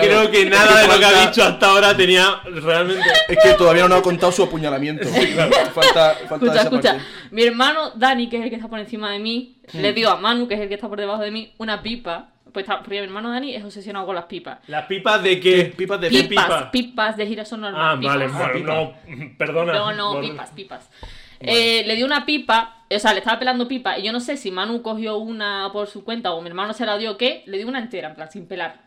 S2: Creo que nada de lo que ha
S1: Falta-
S2: dicho hasta ahora tenía realmente.
S1: Es que todavía no ha contado su apuñalamiento. Falta, falta
S5: Escucha,
S1: esa parte.
S5: escucha. Mi hermano Dani, que es el que está por encima de mí,
S2: Mm.
S5: le dio a Manu, que es el que está por debajo de mí, una pipa. Pues está, porque mi hermano Dani es obsesionado con las pipas.
S2: ¿Las pipas de qué?
S1: Pipas de
S2: ¿Qué
S5: Pipas,
S2: pipa?
S5: pipas de girasol normal.
S2: Ah,
S5: pipas.
S2: vale, vale, no, perdona.
S5: No, no,
S2: por-
S5: pipas, pipas. Eh, le dio una pipa, o sea, le estaba pelando pipa, y yo no sé si Manu cogió una por su cuenta o mi hermano se la dio, ¿qué? Le dio una entera, en plan, sin pelar.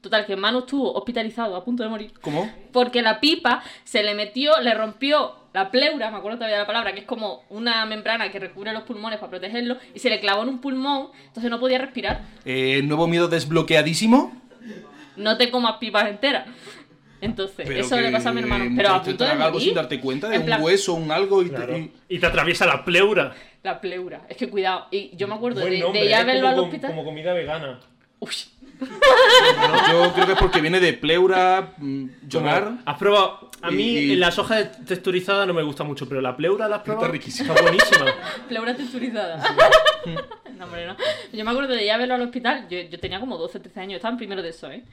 S5: Total, que Manu estuvo hospitalizado a punto de morir.
S1: ¿Cómo?
S5: Porque la pipa se le metió, le rompió la pleura, me acuerdo todavía de la palabra, que es como una membrana que recubre los pulmones para protegerlos, y se le clavó en un pulmón, entonces no podía respirar.
S1: Eh, nuevo miedo desbloqueadísimo.
S5: No te comas pipas enteras. Entonces,
S1: Pero
S5: eso le
S1: que
S5: pasa a mi hermano. Pero a
S1: te
S5: punto de
S1: traga algo
S5: morir,
S1: sin darte cuenta de
S5: en
S1: un
S5: plan-
S1: hueso, un algo y, te-
S2: Claro.
S1: y-
S2: Y te atraviesa la pleura.
S5: La pleura. Es que cuidado. Y yo me acuerdo
S2: Buen
S5: de,
S2: nombre,
S5: de ya
S2: ¿eh?
S5: verlo al
S2: como, com-
S5: hospital.
S2: como comida vegana.
S5: Uy,
S1: Yo creo que es porque viene de pleura, mm, llorar.
S2: Has probado. A mí
S1: Y- y-
S2: las hojas texturizadas no me gusta mucho, pero la pleura las probado.
S1: riquísima.
S2: Está buenísima.
S5: pleura texturizada. no, hombre, no. Yo me acuerdo de ya verlo al hospital. Yo, yo tenía como 12, 13 años. Estaba en primero de eso, ¿eh?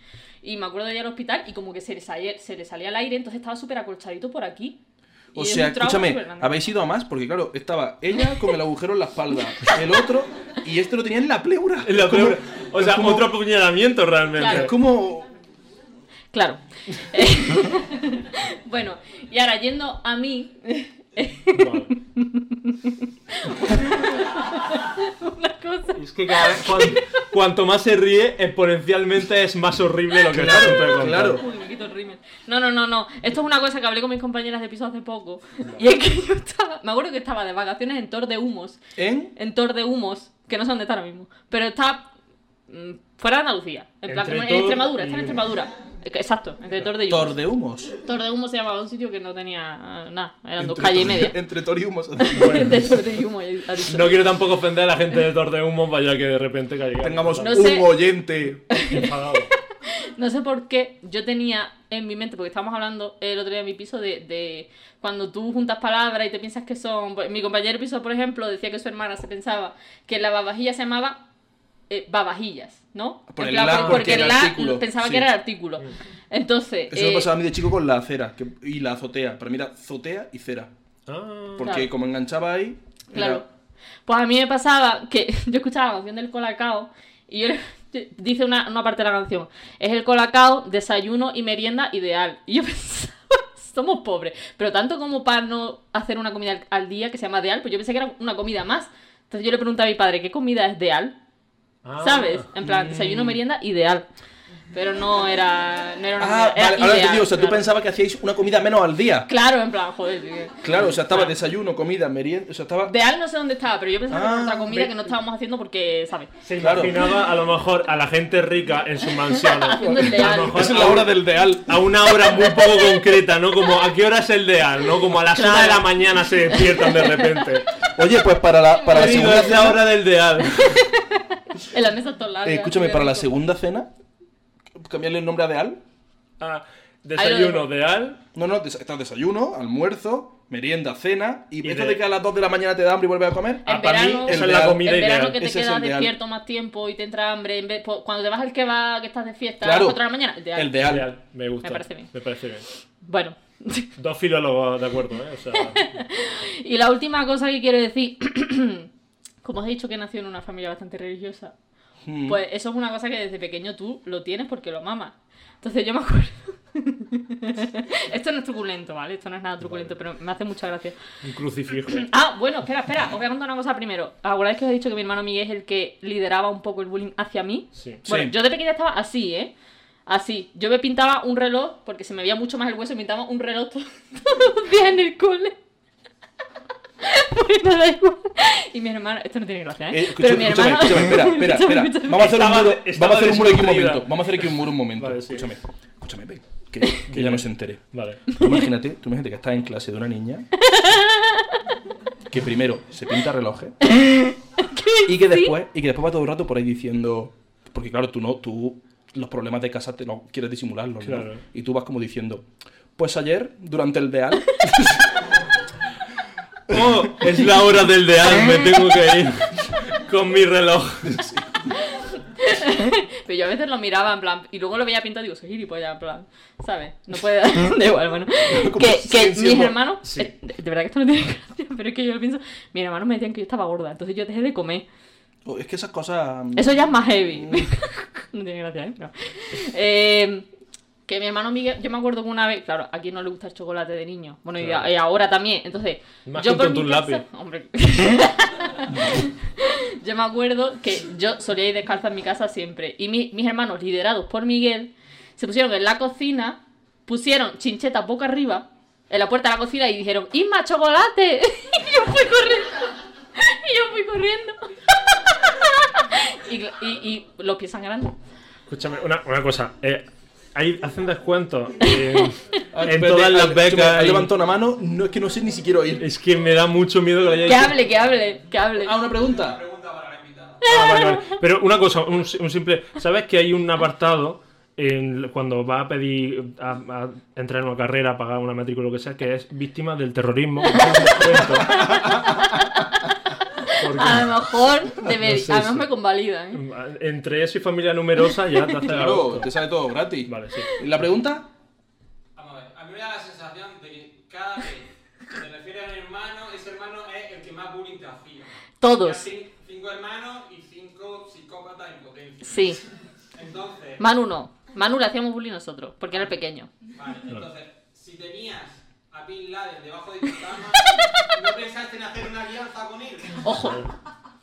S5: Y me acuerdo de ir al hospital y como que se le salía, se le salía el aire. Entonces estaba súper acolchadito por aquí. Y
S1: O
S5: es
S1: sea,
S5: un trauma
S1: escúchame,
S5: súper grande.
S1: habéis ido a más porque claro, estaba ella con el agujero en la espalda, el otro y este lo tenía en la pleura.
S2: La
S1: Como-
S2: pleura. O
S1: es
S2: sea,
S1: como-
S2: otro apuñalamiento realmente.
S5: Claro.
S1: Es como
S5: Claro. bueno, y ahora yendo a mí,
S2: Vale.
S5: una cosa.
S2: Es que cada vez, cuan- cuanto más se ríe, exponencialmente es más horrible lo que está
S1: claro, claro.
S5: Uy, me quito el rímel. No, no, no, no. Esto es una cosa que hablé con mis compañeras de piso hace poco. Y es que yo estaba. Me acuerdo que estaba de vacaciones en Tor de Humos.
S1: en
S5: en Tor de Humos, que no sé dónde está ahora mismo, pero está mm, fuera de Andalucía, en, plan,
S2: Entre
S5: en
S2: Tor
S5: Extremadura,
S2: y
S5: está en
S2: Humos.
S5: Extremadura. Exacto, entre Tor de Humos.
S1: Tor de humos.
S5: Tor de Humos se llamaba un sitio que no tenía eh, nada, eran dos
S1: Entre
S5: calles y
S1: Tor-
S5: media.
S1: Entre Tor y humos.
S5: de Tor de Humos, ya ha dicho.
S2: No quiero tampoco ofender a la gente de Tor de Humo, vaya que de repente caiga.
S1: Tengamos
S5: No
S1: un
S5: sé.
S1: oyente.
S2: enfadado.
S5: No sé por qué yo tenía en mi mente, porque estábamos hablando el otro día en mi piso de, de cuando tú juntas palabras y te piensas que son. pues, Mi compañero de piso, por ejemplo, decía que su hermana se pensaba que la babajilla se llamaba eh, babajillas, ¿no?
S1: Por
S5: En
S1: el
S5: plan,
S1: la,
S5: por-
S1: porque
S5: porque
S1: el
S5: la
S1: artículo,
S5: pensaba
S1: sí. Mm.
S5: que era el artículo. Entonces.
S1: Eso me
S5: eh,
S1: pasaba a mí de chico con la acera que- y la azotea. Para mí era azotea y cera.
S2: Ah,
S1: Porque
S5: Claro.
S1: como enganchaba ahí. era-
S5: Claro. Pues a mí me pasaba que yo escuchaba la canción del colacao y yo le- dice una, una parte de la canción, es el colacao, desayuno y merienda ideal. Y yo pensaba, somos pobres, pero tanto como para no hacer una comida al, al día que se llama ideal, pues yo pensé que era una comida más. Entonces yo le pregunté a mi padre, ¿qué comida es ideal?
S2: ah.
S5: ¿Sabes? En
S1: Mm.
S5: plan, desayuno, merienda, ideal. Pero no era, no era una
S1: Ah,
S5: comida,
S1: vale,
S5: era
S1: ahora
S5: ideal,
S1: te digo, o sea, tú
S5: claro.
S1: pensabas que hacíais una comida menos al día.
S5: Claro, en plan, joder. tío.
S1: Claro, o sea, estaba
S5: Claro.
S1: desayuno, comida, merienda, o sea, estaba...
S5: Ideal no sé dónde estaba, pero yo pensaba que
S1: Ah,
S5: era otra comida
S1: ve-
S5: que no estábamos haciendo porque, ¿sabes?
S2: Se
S1: Claro.
S2: imaginaba a lo mejor a la gente rica en su mansión.
S5: Haciendo el deal.
S1: Es la hora del deal.
S2: a una hora muy poco concreta, ¿no? Como a qué hora es el deal, ¿no? Como a las 1
S5: Claro.
S2: de la mañana se despiertan de repente.
S1: Oye, pues para la, para la
S2: Querido,
S1: segunda
S2: es la
S1: cena...
S2: hora del deal.
S5: En la mesa todo larga,
S1: eh, escúchame,
S5: qué
S1: para la
S5: rico.
S1: segunda cena... ¿Cambiarle el nombre a deal?
S2: Ah,
S5: Ahí lo
S2: desayuno,
S5: dejo.
S2: deal.
S1: No, no, des- está desayuno, almuerzo, merienda, cena... Y,
S2: Y
S1: esto
S2: de-
S1: de que a las 2 de la mañana te da hambre y vuelves a comer...
S5: En
S2: Ah, para mí,
S5: verano-
S2: esa
S1: el
S2: es la
S1: deal.
S2: comida
S5: en verano
S2: ideal.
S5: que te
S1: Ese es
S5: quedas
S1: el ideal.
S5: despierto más tiempo y te entra hambre, en vez, po- cuando te vas al que va, que estás de fiesta a
S1: Claro,
S5: las 4 de la mañana, el de
S1: el Eh,
S5: algo.
S1: deal.
S2: Ideal, Me gusta.
S5: Me parece bien.
S2: Me parece bien.
S5: Bueno,
S2: Dos filólogos de acuerdo, ¿eh? O sea,
S5: y la última cosa que quiero decir, como os he dicho que nació en una familia bastante religiosa,
S1: Mm.
S5: pues eso es una cosa que desde pequeño tú lo tienes porque lo mamas. Entonces yo me acuerdo. Esto no es truculento, ¿vale? Esto no es nada truculento, pero me hace mucha gracia.
S2: un crucifijo.
S5: Ah, bueno, espera, espera, os voy a contar una cosa primero. ¿Acordáis que os he dicho que mi hermano Miguel es el que lideraba un poco el bullying hacia mí?
S2: Sí.
S5: Bueno,
S1: Sí.
S5: yo de pequeña estaba así, ¿eh? Así. Yo me pintaba un reloj, porque se me veía mucho más el hueso, y me pintaba un reloj to- todos los días en el cole. Porque me da igual. Y mi hermano, esto no tiene gracia, ¿eh?
S1: Eh, escúchame,
S5: Pero mi
S1: escúchame,
S5: hermano.
S1: escúchame, espera, espera,
S5: Escúchame,
S1: espera.
S5: escúchame.
S1: Vamos a hacer un
S2: Estaba-
S1: muro,
S2: estaba
S1: vamos a hacer un muro aquí un
S2: desnutrida.
S1: momento. Vamos a hacer aquí un muro un momento.
S2: Vale, sí.
S1: Escúchame, escúchame, ven, que, que ya no se entere.
S2: Vale.
S1: Tú imagínate, tú imagínate que estás en clase de una niña que primero se pinta relojes y que después y que después va todo el rato por ahí diciendo porque claro tú no tú los problemas de casa te no quieres disimularlos ¿no?
S2: Claro.
S1: y tú vas como diciendo pues ayer durante el deal
S2: Oh, es la hora del deal, me tengo que ir con mi reloj.
S5: Pero yo a veces lo miraba en plan. Y luego lo veía pintado y digo, soy gilipollas, en plan. ¿Sabes? No puede dar. Da igual, bueno. Que, que mis hermanos. eh, De, de verdad que esto no tiene gracia, pero es que yo lo pienso. Mis hermanos me decían que yo estaba gorda, entonces yo dejé de comer.
S1: Oh, es que esas cosas
S5: Eso ya es más heavy. no tiene gracia, ¿eh? Pero- Eh, que mi hermano Miguel, yo me acuerdo que una vez, claro, a quien no le gusta el chocolate de niño. Bueno, y
S2: Claro.
S5: a- y, ahora también. Entonces,
S2: Más
S5: yo
S2: que con
S5: mi
S2: tu
S5: casa-
S2: lápiz.
S5: Hombre. yo me acuerdo que yo solía ir descalza en mi casa siempre. Y mi- mis hermanos, liderados por Miguel, se pusieron en la cocina, pusieron chinchetas boca arriba en la puerta de la cocina y dijeron, ¡Isma, chocolate! y yo fui corriendo. y yo fui corriendo. y, y, y los pies sangrando.
S2: Escúchame, una, una cosa. eh, hay, hacen descuentos eh,
S1: Ah,
S2: en
S1: espérate,
S2: todas
S1: ah,
S2: las
S1: escúchame,
S2: becas.
S1: ha
S2: y-
S1: levantado una mano no es que no sé ni si quiero ir
S2: Es que me da mucho miedo que lo haya
S5: Que
S2: hecho.
S5: hable, que hable, que hable.
S1: ah una pregunta
S2: Ah, vale, vale. Pero una cosa, un, un simple. ¿Sabes que hay un apartado en- cuando va a pedir a, a entrar en una carrera, pagar una matrícula o lo que sea, que es víctima del terrorismo?
S5: A lo mejor, deber-
S2: sé
S5: a lo mejor
S2: si-
S5: me convalidan. ¿eh?
S2: Porque entre eso y familia numerosa ya te hace la-
S1: claro te sale todo gratis
S2: Vale, sí.
S1: ¿Y la pregunta
S3: Vamos a ver, a mí me da la sensación de que cada vez que te refieres a un hermano, ese hermano es el que más bullying te hacía. Y
S5: Todos.
S3: así, cinco hermanos y cinco psicópatas en potencia.
S5: Sí.
S3: Entonces,
S5: Manu no. Manu le hacíamos bullying nosotros, porque era el pequeño.
S3: vale, entonces, si tenías a Bin Laden debajo de tu cama, no pensaste en hacer una alianza con él.
S5: Ojo.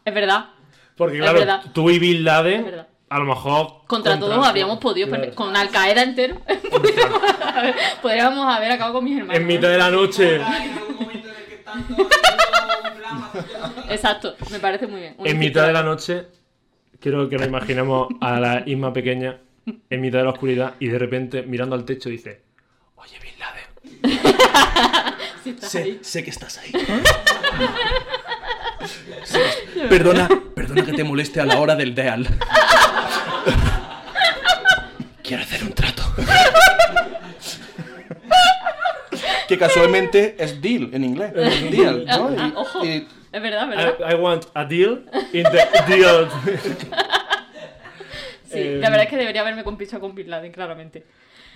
S5: Es verdad.
S2: Porque
S5: Es
S2: claro,
S5: verdad.
S2: tú y Bin
S5: Es
S2: Laden,
S5: verdad.
S2: a lo mejor.
S5: Contra todos habríamos podido,
S2: Claro.
S5: perder- con Al Qaeda entero, podríamos haber, podríamos haber acabado con mis hermanos. ¿eh?
S2: En mitad de la noche.
S3: Ahora, En algún momento en el que están todos haciendo un plan más
S5: Exacto, me parece muy bien. Un
S2: En mitad de la
S5: incitador.
S2: noche, quiero que nos imaginemos a la Isma pequeña en mitad de la oscuridad y de repente mirando al techo dice: Oye, Bin Laden.
S5: Sí, estás ahí. ¿Eh?
S1: Sé, sé que estás ahí. Sí. Perdona, perdona que te moleste a la hora del deal. Quiero hacer un trato. que casualmente es deal en inglés. Deal, ¿no?
S5: Ah,
S1: Y-
S5: ojo.
S1: y-
S5: Es verdad, ¿verdad?
S2: I, I want a deal in the deal.
S5: Sí,
S2: eh,
S5: la verdad es que debería haberme compinchado con Bin Laden, claramente.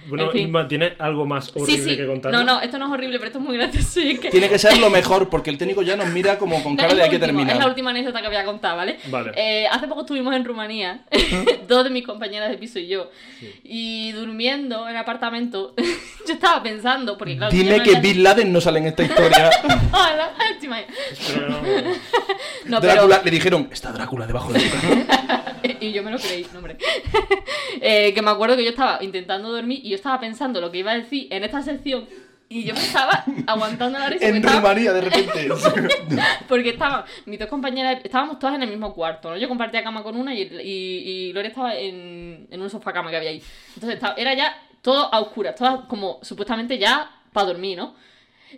S2: Bueno,
S5: En fin.
S2: Isma, ¿tienes algo más horrible
S5: Sí, sí.
S2: que contar?
S5: No, no, esto no es horrible, pero esto es muy gracioso. y es que-
S1: tiene que ser lo mejor porque el técnico ya nos mira como con cara
S5: es
S1: de
S5: lo
S1: hay que
S5: último, Es la
S1: terminar.
S5: última anécdota que voy a contar, ¿vale?
S2: Vale.
S5: Eh, hace poco estuvimos en Rumanía, dos de mis compañeras de piso y yo, y durmiendo en el apartamento, yo estaba pensando, porque claro... yo
S1: Dime
S5: no
S1: que
S5: era-
S1: Bin Laden no sale en esta historia.
S5: Hola, última. No, pero...
S1: Drácula, le dijeron, está Drácula debajo de la cama".
S5: y yo me lo creí, no, hombre. Eh, que me acuerdo que yo estaba intentando dormir y yo estaba pensando lo que iba a decir en esta sección y yo me estaba aguantando la risa.
S1: En
S5: porque estaba-
S1: Rumanía, de repente.
S5: Porque estaban mis dos compañeras, estábamos todas en el mismo cuarto, ¿no? Yo compartía cama con una y, y, y Gloria estaba en, en un sofá cama que había ahí. Entonces estaba- era ya todo a oscuras, todas como supuestamente ya para dormir, ¿no?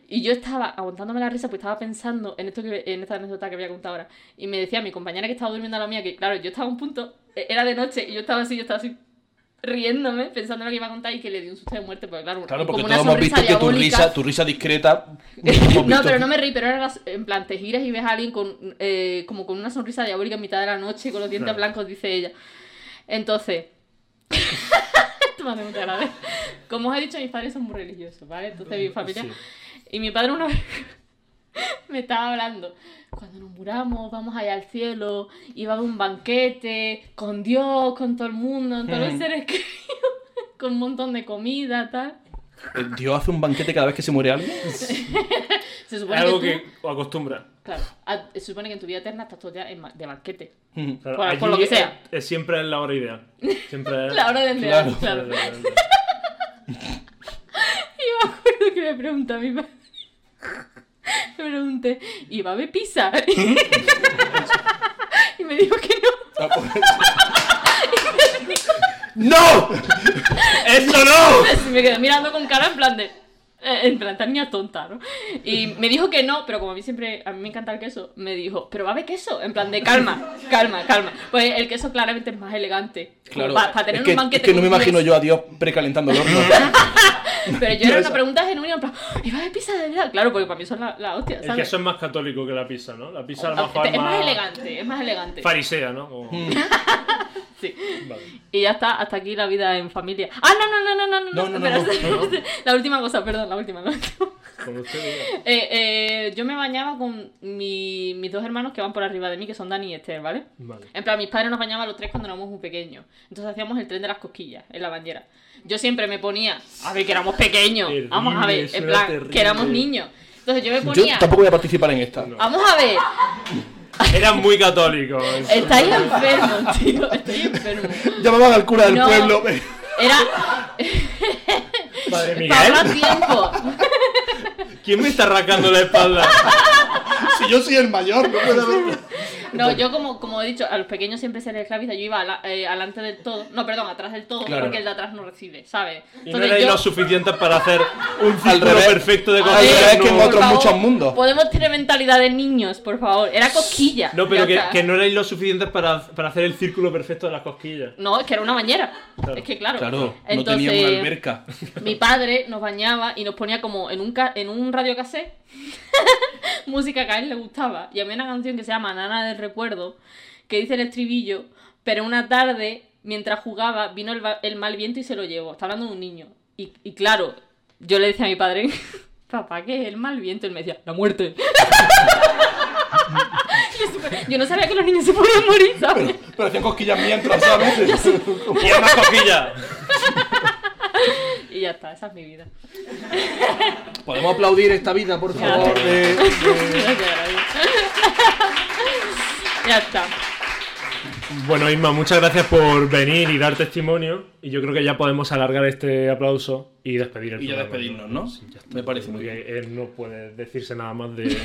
S5: Y yo estaba aguantándome la risa porque estaba pensando en esto que en esta anécdota que había contado ahora. Y me decía mi compañera que estaba durmiendo a la mía que, claro, yo estaba a un punto, eh, era de noche y yo estaba así, yo estaba así riéndome, pensando en lo que iba a contar y que le di un susto de muerte, porque claro,
S1: Claro, porque
S5: como una
S1: todos hemos
S5: sonrisa
S1: visto que tu
S5: diabólica.
S1: risa, tu risa discreta.
S5: no, pero no me reí, pero era las- en plan, te giras y ves a alguien con, eh, como con una sonrisa diabólica en mitad de la noche, con los dientes
S2: Claro.
S5: blancos, dice ella. Entonces, esto me hace mucha gracia. Como os he dicho, mis padres son muy religiosos, ¿vale? Entonces mi familia...
S2: Mm, Sí.
S5: Y mi padre una vez me estaba hablando, cuando nos muramos vamos allá al cielo y va a haber un banquete con Dios, con todo el mundo, con todos los
S1: Mm.
S5: seres queridos, con un montón de comida, tal.
S1: Dios hace un banquete cada vez que se muere alguien.
S5: Se
S2: Es
S5: supone
S2: algo
S5: que tú-
S2: que acostumbra.
S5: Claro, a- se supone que en tu vida eterna estás todo el día en ma- de banquete.
S2: Claro,
S5: Por- por lo que sea.
S2: es- es- siempre es la hora ideal. Siempre es.
S5: La hora del día,
S1: Claro.
S5: claro.
S2: Claro, claro, claro.
S5: Y me acuerdo que me pregunta a mi padre. Le pregunté, ¿y va a haber pizza? y me dijo que no.
S1: ¡No! ¡Esto no!
S5: Y me quedé mirando con cara en plan de... eh, En plan, esta niña es tonta, ¿no? Y me dijo que no, pero como a mí siempre, a mí me encanta el queso, me dijo, pero va a haber queso, en plan de calma, calma, calma. Pues el queso claramente es más elegante.
S1: Claro,
S5: para, tener
S1: es que,
S5: un banquete.
S1: es que no
S5: con
S1: me imagino
S5: queso.
S1: yo a Dios precalentando el horno.
S5: Pero yo era
S1: Eso.
S5: una pregunta genuina, en plan, ¿y va a haber pizza de verdad? Claro, porque para mí son la, la hostia,
S2: El
S5: ¿sabes?
S2: queso es más católico que la pizza, ¿no? La pizza a lo
S5: Ah,
S2: mejor
S5: es más elegante, es más elegante.
S2: Farisea, ¿no? Como-
S1: Mm.
S5: Sí.
S2: Vale.
S5: Y ya está, hasta aquí la vida en familia. Ah, no, no, no, no, no, no,
S1: No, no, no,
S5: espera,
S1: no, no, no.
S5: La última cosa, perdón, la última. la última.
S2: Como usted diga.
S5: Eh, eh, yo me bañaba con mi- mis dos hermanos que van por arriba de mí, que son Dani y Esther, ¿vale?
S2: Vale.
S5: En plan, mis padres nos bañaban los tres cuando éramos muy pequeños. Entonces hacíamos el tren de las cosquillas en la bandera. Yo siempre me ponía, a ver, que éramos pequeños.
S2: Terrible,
S5: Vamos a ver,
S2: eso
S5: en
S2: era
S5: plan, que
S2: terrible.
S5: éramos niños. Entonces yo me
S1: Yo
S5: ponía,
S1: tampoco voy a participar en esta.
S5: vamos a ver,
S2: Era muy católico. eso.
S5: estáis enfermos, tío, estáis enfermos.
S1: Llamaban al cura del
S5: No.
S1: pueblo.
S5: Era
S2: Padre Miguel,
S5: para tiempo.
S2: ¿quién me está arrancando la espalda?
S1: si yo soy el mayor, no puede haber.
S5: No, yo como, como he dicho, a los pequeños siempre se les esclaviza. Yo iba ala- eh, alante del todo. No, perdón, atrás del todo,
S1: Claro.
S5: porque el de atrás no recibe, ¿sabes?
S2: Y no erais
S5: yo-
S2: lo suficiente para hacer un
S1: Al
S2: círculo
S1: revés.
S2: perfecto de
S5: A
S1: cosas
S5: ver,
S1: que
S2: cosas.
S1: no- que en
S5: por
S1: otros
S5: favor,
S1: muchos mundos.
S5: Podemos tener mentalidad de niños, por favor. Era cosquilla.
S2: No, pero
S5: ya
S2: que,
S5: está.
S2: que no erais lo suficiente para, para hacer el círculo perfecto de las cosquillas.
S5: No, es que era una bañera.
S2: Claro.
S5: Es que claro.
S1: Claro, no
S5: Entonces,
S1: tenía una alberca.
S5: Mi padre nos bañaba y nos ponía como en un, ca- en un radiocassette música que a él le gustaba. Y había una canción que se llama Nana del Recuerdo, que dice el estribillo, pero una tarde, mientras jugaba, vino el, va- el mal viento y se lo llevó. Está hablando de un niño. Y, y claro, yo le decía a mi padre, papá, ¿qué es el mal viento? Y él me decía, la muerte. yo, supe- yo no sabía que los niños se podían morir, ¿sabes?
S1: Pero hacían cosquillas mientras, ¿sabes?
S2: ¡Y más cosquillas!
S5: Y ya está, esa es mi vida.
S1: Podemos aplaudir esta vida, por favor.
S5: Claro.
S1: Eh,
S5: ya está.
S2: Bueno, Isma, muchas gracias por venir y dar testimonio. Y yo creo que ya podemos alargar este aplauso y despedir el
S1: Y ya
S2: programa,
S1: despedirnos, ¿no?
S2: Sí, ya está.
S1: Me parece muy bien.
S2: Porque él no puede decirse nada más de.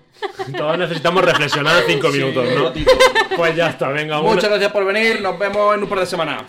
S2: Todos necesitamos reflexionar cinco minutos,
S1: Sí, un
S2: ¿no?
S1: ratito.
S2: Pues ya está, venga, una-
S1: Muchas gracias por venir. Nos vemos en un par de semanas.